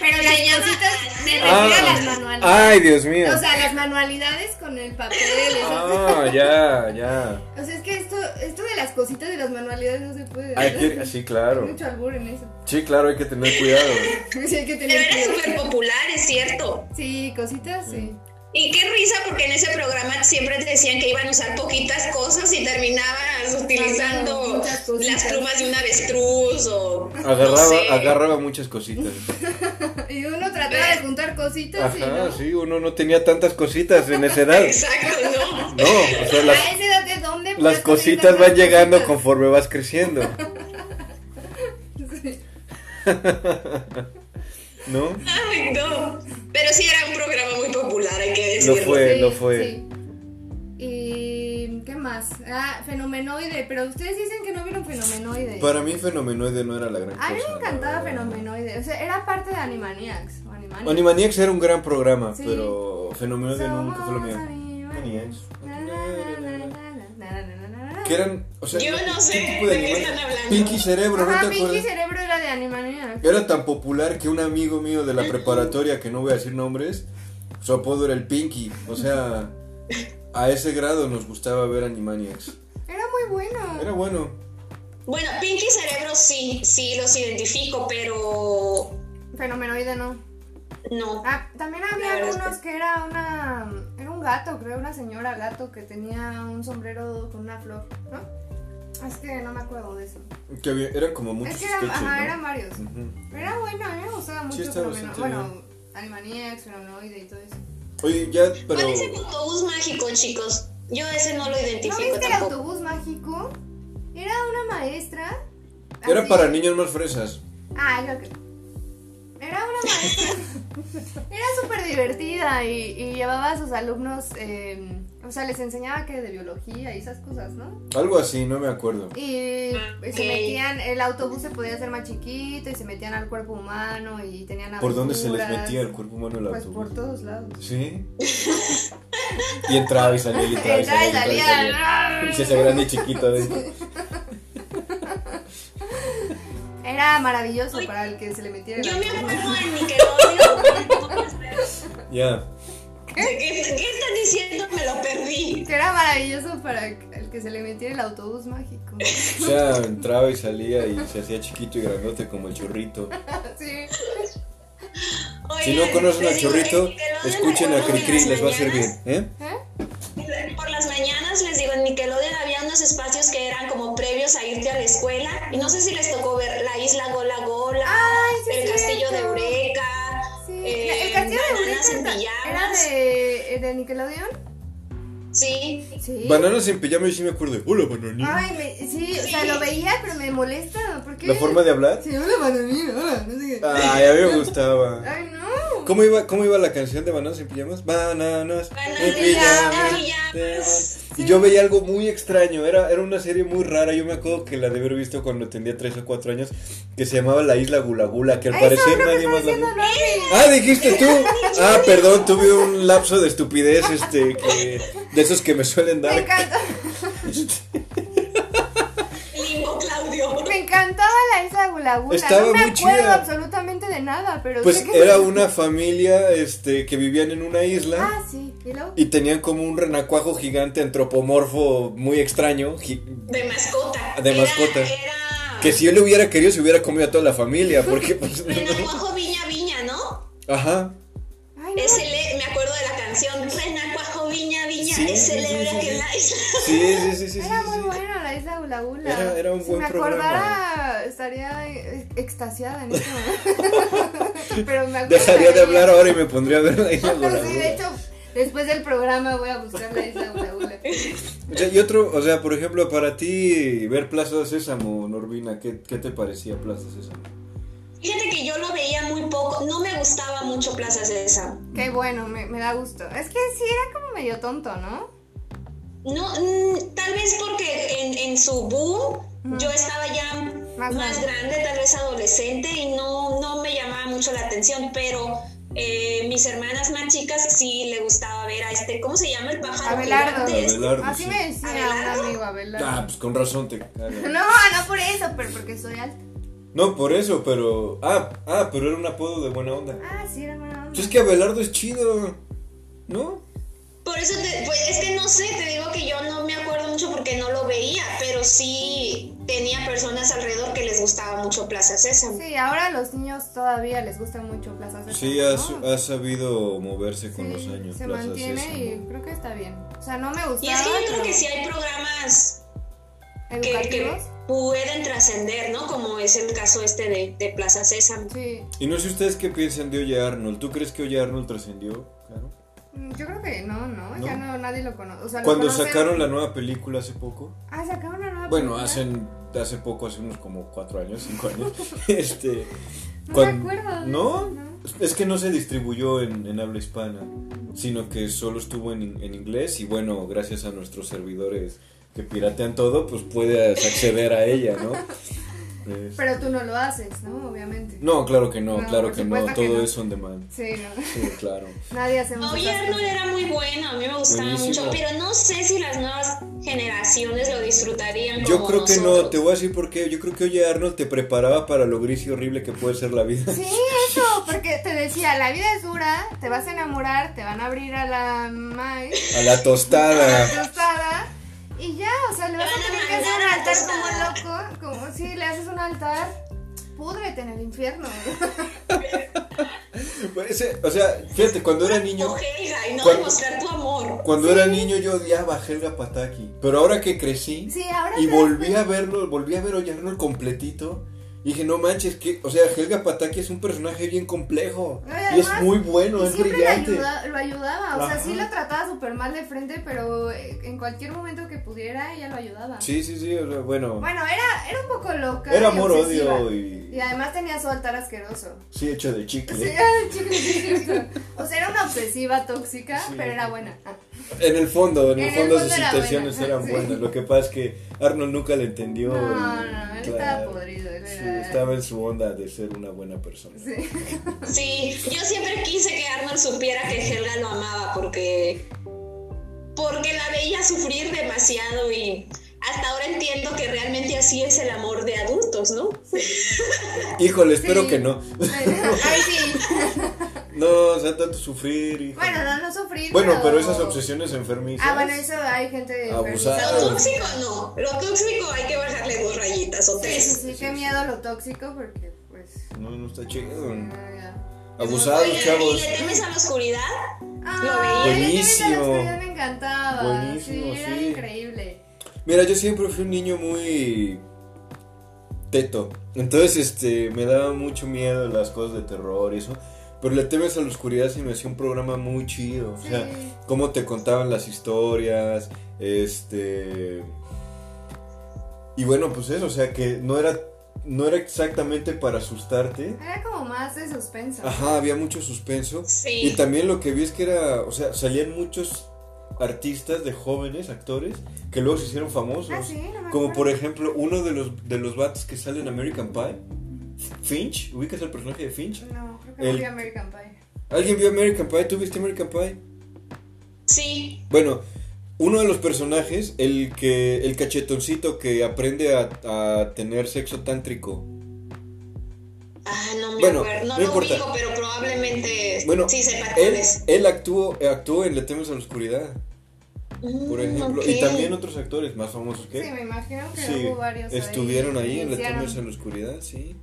Speaker 1: Pero las
Speaker 3: Enseñaba-
Speaker 1: cositas me
Speaker 2: Ah.
Speaker 1: refiero a las manualidades.
Speaker 2: Ay, Dios mío.
Speaker 1: O sea, las manualidades con el papel. esas-
Speaker 2: Ah, ya, ya.
Speaker 1: O sea, es que esto, esto de las cositas de las manualidades no se puede.
Speaker 2: Hay
Speaker 1: ¿verdad?
Speaker 2: que- sí, claro.
Speaker 1: Mucho albur en eso. <laughs>
Speaker 2: Sí, claro, hay que tener cuidado.
Speaker 1: Sí, hay que
Speaker 3: Pero
Speaker 1: tener
Speaker 3: era
Speaker 1: cuidado.
Speaker 3: súper popular, es cierto.
Speaker 1: Sí, cositas, sí.
Speaker 3: Y qué risa, porque en ese programa siempre te decían que iban a usar poquitas cosas y terminabas
Speaker 1: Claro,
Speaker 3: utilizando
Speaker 1: muchas
Speaker 3: las
Speaker 1: cositas.
Speaker 3: plumas de un avestruz o. no
Speaker 2: Agarraba,
Speaker 3: sé.
Speaker 2: agarraba muchas cositas.
Speaker 1: Y uno trataba de juntar cositas y
Speaker 2: Ajá,
Speaker 1: no.
Speaker 2: sí, uno no tenía tantas cositas en esa edad.
Speaker 3: Exacto, ¿no?
Speaker 2: No, o sea, las,
Speaker 1: ¿A esa edad de dónde?
Speaker 2: las
Speaker 1: puedes conseguir
Speaker 2: cositas van
Speaker 1: tantas
Speaker 2: llegando
Speaker 1: cositas?
Speaker 2: conforme vas creciendo,
Speaker 1: <laughs> Sí.
Speaker 2: ¿no?
Speaker 3: Ay, no. Pero sí era un programa muy popular, hay que
Speaker 2: Lo
Speaker 3: decirlo.
Speaker 2: fue. lo fue.
Speaker 1: sí. ¿Y qué más? Ah, fenomenoide. Pero ustedes dicen que no vieron fenomenoide.
Speaker 2: Para mí Fenomenoide no era la gran cosa.
Speaker 1: A mí me
Speaker 2: la
Speaker 1: encantaba
Speaker 2: verdad.
Speaker 1: fenomenoide. O sea, era parte de Animaniacs. O Animaniacs.
Speaker 2: Animaniacs era un gran programa,
Speaker 1: Sí.
Speaker 2: pero Fenomenoide
Speaker 1: Somos
Speaker 2: nunca fue lo mío.
Speaker 1: Animaniacs.
Speaker 2: Animaniacs.
Speaker 1: Na, na, na, na, na, na, na, na.
Speaker 2: Que eran, o sea,
Speaker 3: Yo no sé
Speaker 2: ¿qué tipo de
Speaker 3: de qué
Speaker 2: animal?
Speaker 3: están hablando.
Speaker 2: Pinky Cerebro, ¿no
Speaker 1: Ajá,
Speaker 2: te
Speaker 1: Pinky
Speaker 2: acuerdas?
Speaker 1: Cerebro era de Animaniacs.
Speaker 2: Era tan popular que un amigo mío de la preparatoria, que no voy a decir nombres, su apodo era el Pinky. O sea, a ese grado nos gustaba ver Animaniacs.
Speaker 1: Era muy bueno.
Speaker 2: Era bueno.
Speaker 3: Bueno, Pinky Cerebro sí, sí los identifico, pero
Speaker 1: Fenomenoide no.
Speaker 3: no.
Speaker 1: Ah, también
Speaker 3: La
Speaker 1: había
Speaker 3: verdad es
Speaker 1: algunos que era una. Era un gato, creo, una señora gato que tenía un sombrero con una flor, ¿no? Es que no me acuerdo de eso.
Speaker 2: Que había- eran como muchos
Speaker 1: es que eran,
Speaker 2: sketches,
Speaker 1: ajá,
Speaker 2: ¿no?
Speaker 1: eran varios.
Speaker 2: Ujú.
Speaker 1: Pero era bueno, a mí me gustaba mucho.
Speaker 2: estaba
Speaker 1: Fenomeno-
Speaker 2: bastante
Speaker 1: bueno, Animaniacs, Fenomenoide y todo eso.
Speaker 2: Oye, ya, pero...
Speaker 3: ¿Cuál es el autobús mágico, chicos? Yo ese Este no lo
Speaker 1: ¿No
Speaker 3: identifico
Speaker 1: viste el
Speaker 3: tampoco.
Speaker 1: autobús mágico? Era una maestra.
Speaker 2: Era
Speaker 1: así-
Speaker 2: para niños más fresas.
Speaker 1: Ah, yo creo. Era una maestra. era súper divertida y, y llevaba a sus alumnos. eh, o sea, les enseñaba que de biología y esas cosas, ¿no?
Speaker 2: Algo así, no me acuerdo.
Speaker 1: Y
Speaker 3: Ok.
Speaker 1: se metían, el autobús se podía hacer más chiquito y se metían al cuerpo humano y tenían
Speaker 2: ¿Por dónde se les
Speaker 1: aberturas.
Speaker 2: metía el cuerpo humano el
Speaker 1: Pues
Speaker 2: autobús?
Speaker 1: por todos lados.
Speaker 2: ¿Sí? Y entraba y salía, y entraba y
Speaker 1: Entraba
Speaker 2: salía.
Speaker 1: y
Speaker 2: y entraba y salía.
Speaker 1: salía.
Speaker 2: Y se hacía grande y chiquito adentro.
Speaker 1: Era maravilloso para el que se le metiera. el
Speaker 3: Yo me
Speaker 1: autobús.
Speaker 3: acuerdo de Nickelodeon.
Speaker 2: Ya.
Speaker 3: ¿De ¿Qué, ¿Qué están diciendo? Me lo perdí.
Speaker 1: Que era maravilloso para el que se le metiera el autobús mágico.
Speaker 2: O sea, entraba y salía y se hacía chiquito y grandote como el churrito.
Speaker 1: Sí.
Speaker 2: Si no
Speaker 3: Oigan,
Speaker 2: conocen
Speaker 3: les
Speaker 2: al
Speaker 3: digo,
Speaker 2: churrito,
Speaker 3: en Nickelodeon
Speaker 2: escuchen a
Speaker 3: recuerdo
Speaker 2: Cricri,
Speaker 3: que en
Speaker 2: les va a
Speaker 3: las
Speaker 2: servir. ¿Eh?
Speaker 1: ¿Eh?
Speaker 3: mañanas- Por las mañanas, les digo, en Nickelodeon había unos espacios que eran como previos a irte a la escuela. Y no sé si les tocó ver la isla Gola Gola,
Speaker 1: Ay, Ah, sí,
Speaker 3: el
Speaker 1: es
Speaker 3: castillo de
Speaker 1: cierto.
Speaker 3: Eureka.
Speaker 1: Sí.
Speaker 3: eh,
Speaker 1: el castillo de
Speaker 3: bananas en
Speaker 1: Eureka está- era
Speaker 3: pijamas.
Speaker 1: de, eh, de Nickelodeon.
Speaker 3: Sí,
Speaker 1: Sí.
Speaker 2: Bananas en pijama, yo sí me acuerdo. Hola, bananita.
Speaker 1: Ay, me- sí, o sea, lo veía, pero me molesta. ¿Por qué?
Speaker 2: ¿La forma de Ah. hablar?
Speaker 1: Sí, hola, bananina, hola, no sé qué.
Speaker 2: Ay, a mí me gustaba.
Speaker 1: Ay, no.
Speaker 2: ¿Cómo iba, ¿Cómo iba la canción de Bananas en pijamas? Bananas en
Speaker 3: Bananas en
Speaker 2: pijamas.
Speaker 3: pijamas.
Speaker 2: te amo. Y yo veía algo muy extraño, era, era una serie muy rara, yo me acuerdo que la de haber visto cuando tenía 3 o 4 años, que se llamaba La Isla Gula Gula, que al
Speaker 1: Eso es lo
Speaker 2: parecer
Speaker 1: que
Speaker 2: nadie
Speaker 1: estoy
Speaker 2: más la
Speaker 1: diciendo,
Speaker 2: vio.
Speaker 1: no, sí.
Speaker 2: Ah, dijiste
Speaker 1: <laughs>
Speaker 2: tú. Ah, perdón, tuve un lapso de estupidez, este, que, de esos que me suelen
Speaker 1: Me
Speaker 2: dar.
Speaker 1: encanta. <laughs>
Speaker 3: limbo Claudio.
Speaker 1: Me encantaba la isla Gula Gula.
Speaker 2: Estaba
Speaker 1: no me
Speaker 2: muy
Speaker 1: acuerdo
Speaker 2: chida.
Speaker 1: absolutamente de nada, pero
Speaker 2: Pues
Speaker 1: sé que
Speaker 2: era una familia, este, que vivían en una isla
Speaker 1: Ah, sí. ¿Y luego?
Speaker 2: y tenían como un renacuajo gigante antropomorfo muy extraño, gi-
Speaker 3: De mascota.
Speaker 2: Ah, De
Speaker 3: Era-
Speaker 2: mascota.
Speaker 3: Era.
Speaker 2: que si yo le hubiera querido se hubiera comido a toda la familia, porque pues,
Speaker 3: Renacuajo Viña Viña, ¿no?
Speaker 2: <laughs> ajá.
Speaker 1: Ay, no.
Speaker 3: Es cele- me acuerdo de la canción Renacuajo Viña Viña,
Speaker 2: Sí,
Speaker 3: es
Speaker 2: sí,
Speaker 3: celebre
Speaker 2: sí, sí,
Speaker 3: que
Speaker 2: sí.
Speaker 3: la isla. <laughs>
Speaker 2: Sí, sí, sí, sí, sí,
Speaker 1: Era muy
Speaker 2: sí.
Speaker 1: buena la isla Gula Gula.
Speaker 2: Era- era un
Speaker 1: si
Speaker 2: buen
Speaker 1: me acordara, estaría eh, extasiada en eso.
Speaker 2: <laughs>
Speaker 1: pero me acuerdo.
Speaker 2: Dejaría de
Speaker 1: que-
Speaker 2: hablar ahora y me pondría a ver la isla Gula
Speaker 1: Sí,
Speaker 2: Gula.
Speaker 1: de hecho, después del programa voy a buscar la isla Gula
Speaker 2: <laughs>
Speaker 1: Gula.
Speaker 2: O sea, y otro, o sea, por ejemplo, para ti ver Plaza de Sésamo, Norvina, ¿qué, qué te parecía Plaza de Sésamo?
Speaker 3: Fíjate que yo lo veía muy poco, no me gustaba mucho Plaza Sésamo.
Speaker 1: Qué bueno, me, me da gusto. Es que sí, era como medio tonto, ¿no?
Speaker 3: No, mm, tal vez porque en, en su boom yo estaba ya
Speaker 1: Mm. Más
Speaker 3: más,
Speaker 1: grande.
Speaker 3: grande, tal vez adolescente, y no, no me llamaba mucho la atención, pero eh, mis hermanas más chicas sí le gustaba ver a este, ¿cómo se llama el pájaro?
Speaker 1: Abelardo.
Speaker 3: gigante? Este-
Speaker 2: Abelardo,
Speaker 1: Así
Speaker 2: sí.
Speaker 1: me decía
Speaker 3: ¿Abelardo?
Speaker 1: un amigo
Speaker 2: Ah,
Speaker 1: Abelardo.
Speaker 2: pues con razón te caga.
Speaker 1: No, no por eso, pero porque soy alta.
Speaker 2: No, por eso, pero. Ah, ah, pero era un apodo de buena onda.
Speaker 1: Ah, sí, era buena onda.
Speaker 2: Pues es que Abelardo es chido. ¿No?
Speaker 3: Por eso, te- pues es que no sé, te digo que yo no me acuerdo mucho porque no lo veía, pero sí tenía personas alrededor que les gustaba mucho Plaza Sésamo.
Speaker 1: Sí, ahora a los niños todavía les gusta mucho Plaza Sésamo.
Speaker 2: Sí,
Speaker 1: Pues ¿no?
Speaker 2: ha, su- ha sabido moverse con
Speaker 1: Sí,
Speaker 2: los años.
Speaker 1: Se
Speaker 2: Plaza
Speaker 1: mantiene
Speaker 2: Sésamo.
Speaker 1: y creo que está bien. O sea, no me gustaba.
Speaker 3: Y es que yo creo
Speaker 1: pero
Speaker 3: que sí hay programas que, que
Speaker 1: ¿Educativos?
Speaker 3: pueden trascender, ¿no? Como es el caso este de, de Plaza Sésamo.
Speaker 1: Sí.
Speaker 2: Y no sé ustedes qué piensan de Oye Arnold. ¿Tú crees que Oye Arnold trascendió? Claro.
Speaker 1: Mm, Yo creo que no, no, ya
Speaker 2: No.
Speaker 1: no nadie lo conoce. O sea, lo
Speaker 2: Cuando
Speaker 1: conocen-
Speaker 2: sacaron la nueva película hace poco.
Speaker 1: Ah, sacaron una nueva
Speaker 2: Bueno,
Speaker 1: película?
Speaker 2: hacen, hace poco, hace unos como cuatro años,
Speaker 1: <laughs>
Speaker 2: cinco años. este.
Speaker 1: No
Speaker 2: cuan-
Speaker 1: me acuerdo. de
Speaker 2: ¿No?
Speaker 1: eso, ¿no?
Speaker 2: Es que no se distribuyó en, en habla hispana, sino que solo estuvo en, en inglés y bueno, gracias a nuestros servidores que piratean todo, pues puedes acceder a ella, ¿no? Es-
Speaker 1: Pero tú no lo haces, ¿no? Obviamente.
Speaker 2: No, claro que no,
Speaker 1: No,
Speaker 2: claro
Speaker 1: por
Speaker 2: que no, todo
Speaker 1: supuesto que no.
Speaker 2: es on demand.
Speaker 1: Sí, no. <laughs>
Speaker 2: Sí, claro.
Speaker 1: Nadie hacemos
Speaker 3: Oye,
Speaker 1: esas
Speaker 3: Arnold
Speaker 1: cosas.
Speaker 3: era muy bueno, a mí me gustaba
Speaker 2: Buenísimo.
Speaker 3: mucho, pero no sé si las nuevas generaciones lo disfrutarían.
Speaker 2: Yo
Speaker 3: como
Speaker 2: creo que no,
Speaker 3: nosotros.
Speaker 2: te voy a decir por qué. Yo creo que Oye Arnold te preparaba para lo gris y horrible que puede ser la vida.
Speaker 1: Sí, eso, porque te decía, la vida es dura, te vas a enamorar, te van a abrir a la maíz.
Speaker 2: A la <laughs> tostada.
Speaker 1: tostada y ya, o sea, le vas a
Speaker 3: Van a
Speaker 1: tener que hacer un
Speaker 3: mandar a
Speaker 1: altar
Speaker 3: tostada.
Speaker 1: como loco, como si le haces un altar, púdrete en el infierno.
Speaker 2: Ese- o sea, fíjate, cuando era niño...
Speaker 3: O Helga, y no
Speaker 2: ¿Cuál?
Speaker 3: demostrar tu amor.
Speaker 2: Cuando era niño yo odiaba a Helga Pataki, pero ahora que crecí
Speaker 1: Sí, ahora
Speaker 2: y
Speaker 1: te-
Speaker 2: volví a verlo, volví a ver Oye Arnold completito, y dije, no manches, que, o sea, Helga Pataki es un personaje bien complejo
Speaker 1: No, y
Speaker 2: y es
Speaker 1: además,
Speaker 2: muy bueno,
Speaker 1: y
Speaker 2: es
Speaker 1: siempre le
Speaker 2: brillante.
Speaker 1: ayuda- lo ayudaba, o sea, sí
Speaker 2: Ajá.
Speaker 1: lo trataba súper mal de frente, pero eh, en cualquier momento que pudiera, ella lo ayudaba.
Speaker 2: Sí, sí, sí, o sea, bueno,
Speaker 1: Bueno, era, era un poco loca.
Speaker 2: era
Speaker 1: y
Speaker 2: amor
Speaker 1: obsesiva.
Speaker 2: odio
Speaker 1: Y
Speaker 2: y
Speaker 1: además tenía su altar asqueroso. <laughs>
Speaker 2: sí hecho de chicle.
Speaker 1: Sí, ay, chicos, sí, justo. O sea, era una obsesiva tóxica,
Speaker 2: Sí.
Speaker 1: pero era buena.
Speaker 2: En el fondo, en,
Speaker 1: En
Speaker 2: el
Speaker 1: el
Speaker 2: fondo sus
Speaker 1: fondo era
Speaker 2: intenciones
Speaker 1: buena,
Speaker 2: eran
Speaker 1: sí.
Speaker 2: buenas, lo que pasa es que Arnold nunca le entendió.
Speaker 1: No,
Speaker 2: y-
Speaker 1: no, él estaba
Speaker 2: claro,
Speaker 1: podrido. él
Speaker 2: sí,
Speaker 1: era-
Speaker 2: estaba en su onda de ser una buena persona.
Speaker 1: Sí.
Speaker 3: Sí, yo siempre quise que Arnold supiera que Helga lo amaba porque porque la veía sufrir demasiado y hasta ahora entiendo que realmente así es el amor de adultos, ¿no?
Speaker 2: Híjole, espero
Speaker 1: Sí.
Speaker 2: que no.
Speaker 1: Ay, sí.
Speaker 2: <laughs> No, o sea, tanto sufrir, hijo.
Speaker 1: Bueno, no, no sufrir.
Speaker 2: Bueno, pero esas obsesiones enfermizas.
Speaker 1: Ah, bueno, eso hay gente.
Speaker 2: Abusada.
Speaker 1: enfermiza.
Speaker 3: Lo tóxico no, lo tóxico hay que bajarle dos rayitas o
Speaker 1: Sí,
Speaker 3: tres.
Speaker 1: sí, qué miedo lo tóxico, porque pues.
Speaker 2: No, no está chido.
Speaker 1: ya, ya.
Speaker 2: Abusados,
Speaker 1: Oye,
Speaker 3: ¿Y
Speaker 2: chavos.
Speaker 3: le temes a la oscuridad?
Speaker 1: Ah,
Speaker 2: Buenísimo.
Speaker 1: buenísimo. Me encantaba.
Speaker 2: Buenísimo,
Speaker 1: sí, era
Speaker 2: sí.
Speaker 1: increíble.
Speaker 2: Mira, yo siempre fui un niño muy teto. Entonces, este, me daba mucho miedo las cosas de terror y eso. Pero le temes a la oscuridad se me hacía un programa muy chido. O
Speaker 1: Sí.
Speaker 2: sea, cómo te contaban las historias, este... Y bueno, pues eso, o sea, que no era, no era exactamente para asustarte.
Speaker 1: Era como más de suspenso.
Speaker 2: Ajá, había mucho suspenso. Y
Speaker 3: Sí.
Speaker 2: también lo que vi es que era, o sea, salían muchos artistas de jóvenes, actores, que luego se hicieron famosos.
Speaker 1: Ah, sí, no me
Speaker 2: Como
Speaker 1: acuerdo.
Speaker 2: por ejemplo, uno de los, de los vatos que sale en American Pie, Finch, ubicas el personaje de Finch.
Speaker 1: No, creo que no
Speaker 2: el-
Speaker 1: vi American Pie.
Speaker 2: ¿Alguien vio American Pie? ¿Tú viste American Pie?
Speaker 3: Sí.
Speaker 2: Bueno, uno de los personajes, el que el cachetoncito que aprende a, a tener sexo tántrico.
Speaker 3: Ah, no me
Speaker 2: Bueno,
Speaker 3: acuerdo. No,
Speaker 2: no
Speaker 3: lo
Speaker 2: importa.
Speaker 3: ubico, pero probablemente
Speaker 2: Bueno,
Speaker 3: sí sepa cuál
Speaker 2: Él,
Speaker 3: es.
Speaker 2: él actuó, actuó en Le temes a la oscuridad, por
Speaker 3: Mm,
Speaker 2: ejemplo.
Speaker 3: ok.
Speaker 2: Y también otros actores más famosos que él.
Speaker 1: Sí, me imagino que
Speaker 2: Sí,
Speaker 1: hubo varios. ahí
Speaker 2: estuvieron ahí,
Speaker 1: que
Speaker 2: en la
Speaker 1: iniciaron.
Speaker 2: Torres en la oscuridad, sí.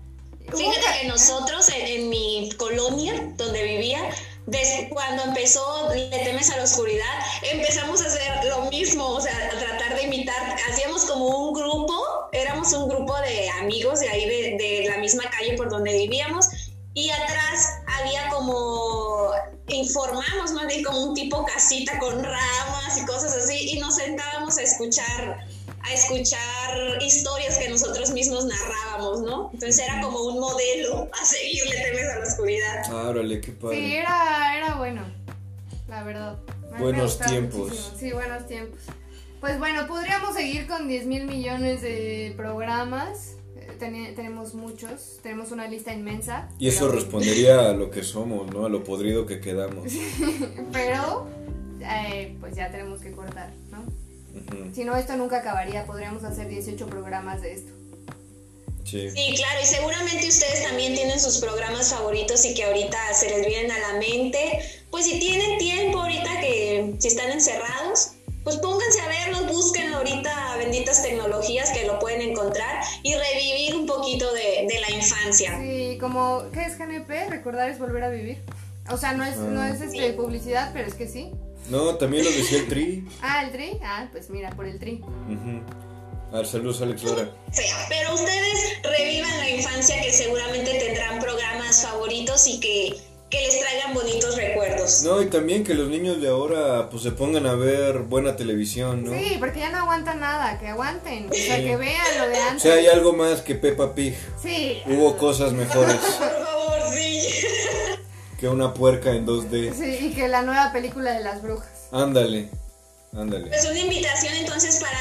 Speaker 1: Hubo
Speaker 3: Fíjate
Speaker 1: ca-
Speaker 3: que nosotros en, en mi colonia donde vivía, des- cuando empezó Le temes a la oscuridad, empezamos a hacer lo mismo, o sea, a tratar de imitar, hacíamos como un grupo, éramos un grupo de amigos de ahí de, de la misma calle por donde vivíamos y atrás había como informamos más bien como un tipo casita con ramas y cosas así y nos sentábamos a escuchar a escuchar historias que nosotros mismos narrábamos, ¿no? Entonces era como un modelo a seguirle temes a la oscuridad.
Speaker 2: Ah, órale, qué padre.
Speaker 1: Sí, era, era bueno, la verdad. A mí me
Speaker 2: Buenos
Speaker 1: gustaba
Speaker 2: tiempos.
Speaker 1: muchísimo. Sí, buenos tiempos. Pues bueno, podríamos seguir con 10 mil millones de programas. eh, teni- tenemos muchos, tenemos una lista inmensa.
Speaker 2: Y eso
Speaker 1: pero-
Speaker 2: respondería a lo que somos, ¿no? A lo podrido que quedamos.
Speaker 1: Pero, eh, pues ya tenemos que cortar, ¿no?
Speaker 2: Ujú,
Speaker 1: Si no, esto nunca acabaría. Podríamos hacer 18 programas de esto.
Speaker 2: Sí.
Speaker 3: Sí, claro, y seguramente ustedes también tienen sus programas favoritos y que ahorita se les vienen a la mente. Pues si tienen tiempo ahorita que si están encerrados, pues pónganse a verlos, busquen ahorita benditas tecnologías que lo pueden encontrar y revivir un poquito de, de la infancia.
Speaker 1: Sí, como, ¿qué es GNP? Recordar es volver a vivir. O sea, no es,
Speaker 2: Ah.
Speaker 1: no es este, publicidad, pero es que sí.
Speaker 2: No, también lo decía el Tri.
Speaker 1: Ah, el tri. Ah, pues mira, por el tri.
Speaker 2: Ujú. Ah, saludos, Alex Lora.
Speaker 3: Fea. Pero ustedes revivan la infancia que seguramente tendrán programas favoritos y que, que les traigan bonitos recuerdos.
Speaker 2: No, y también que los niños de ahora pues se pongan a ver buena televisión, ¿no?
Speaker 1: Sí, porque ya no aguantan nada. Que aguanten. O sea, que vean lo de
Speaker 2: O
Speaker 1: antes.
Speaker 2: sea, hay algo más que Peppa Pig.
Speaker 1: Sí.
Speaker 2: Hubo cosas mejores
Speaker 3: Por favor, sí.
Speaker 2: que una puerca en 2D.
Speaker 1: Sí, y que la nueva película de las brujas.
Speaker 2: Ándale, ándale.
Speaker 3: Pues una invitación entonces para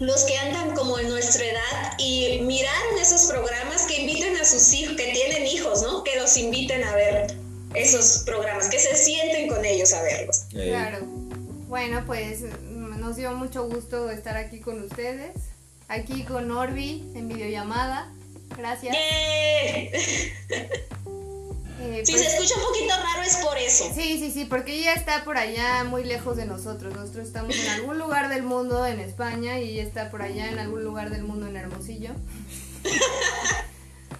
Speaker 3: los que andan como en nuestra edad y miraron esos programas, que inviten a sus hijos, que tienen hijos, ¿no? Que los inviten a ver esos programas, que se sienten con ellos a verlos.
Speaker 2: Ey.
Speaker 1: Claro. Bueno, pues mm, nos dio mucho gusto estar aquí con ustedes. Aquí con Orbi en videollamada. Gracias.
Speaker 3: ¡Yay!
Speaker 1: Eh,
Speaker 3: Si
Speaker 1: pues-
Speaker 3: se escucha un poquito raro es por eso.
Speaker 1: Sí, sí, sí, porque ella está por allá muy lejos de nosotros. Nosotros estamos en algún lugar del mundo en España y ella está por allá en algún lugar del mundo en Hermosillo.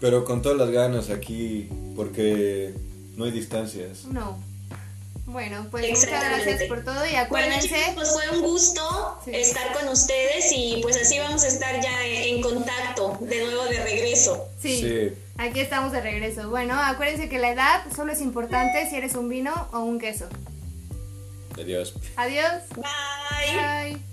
Speaker 2: Pero con todas las ganas aquí, porque no hay distancias.
Speaker 1: No. Bueno, pues muchas
Speaker 3: Exactamente.
Speaker 1: gracias por todo y
Speaker 3: Bueno
Speaker 1: acuérdense.
Speaker 3: chicos, pues fue un gusto
Speaker 1: Sí.
Speaker 3: estar con ustedes y pues así vamos a estar ya en en contacto de nuevo de regreso.
Speaker 1: Sí,
Speaker 2: Sí.
Speaker 1: Aquí estamos de regreso. Bueno, acuérdense que la edad solo es importante si eres un vino o un queso.
Speaker 2: Adiós.
Speaker 1: Adiós.
Speaker 3: Bye.
Speaker 1: Bye.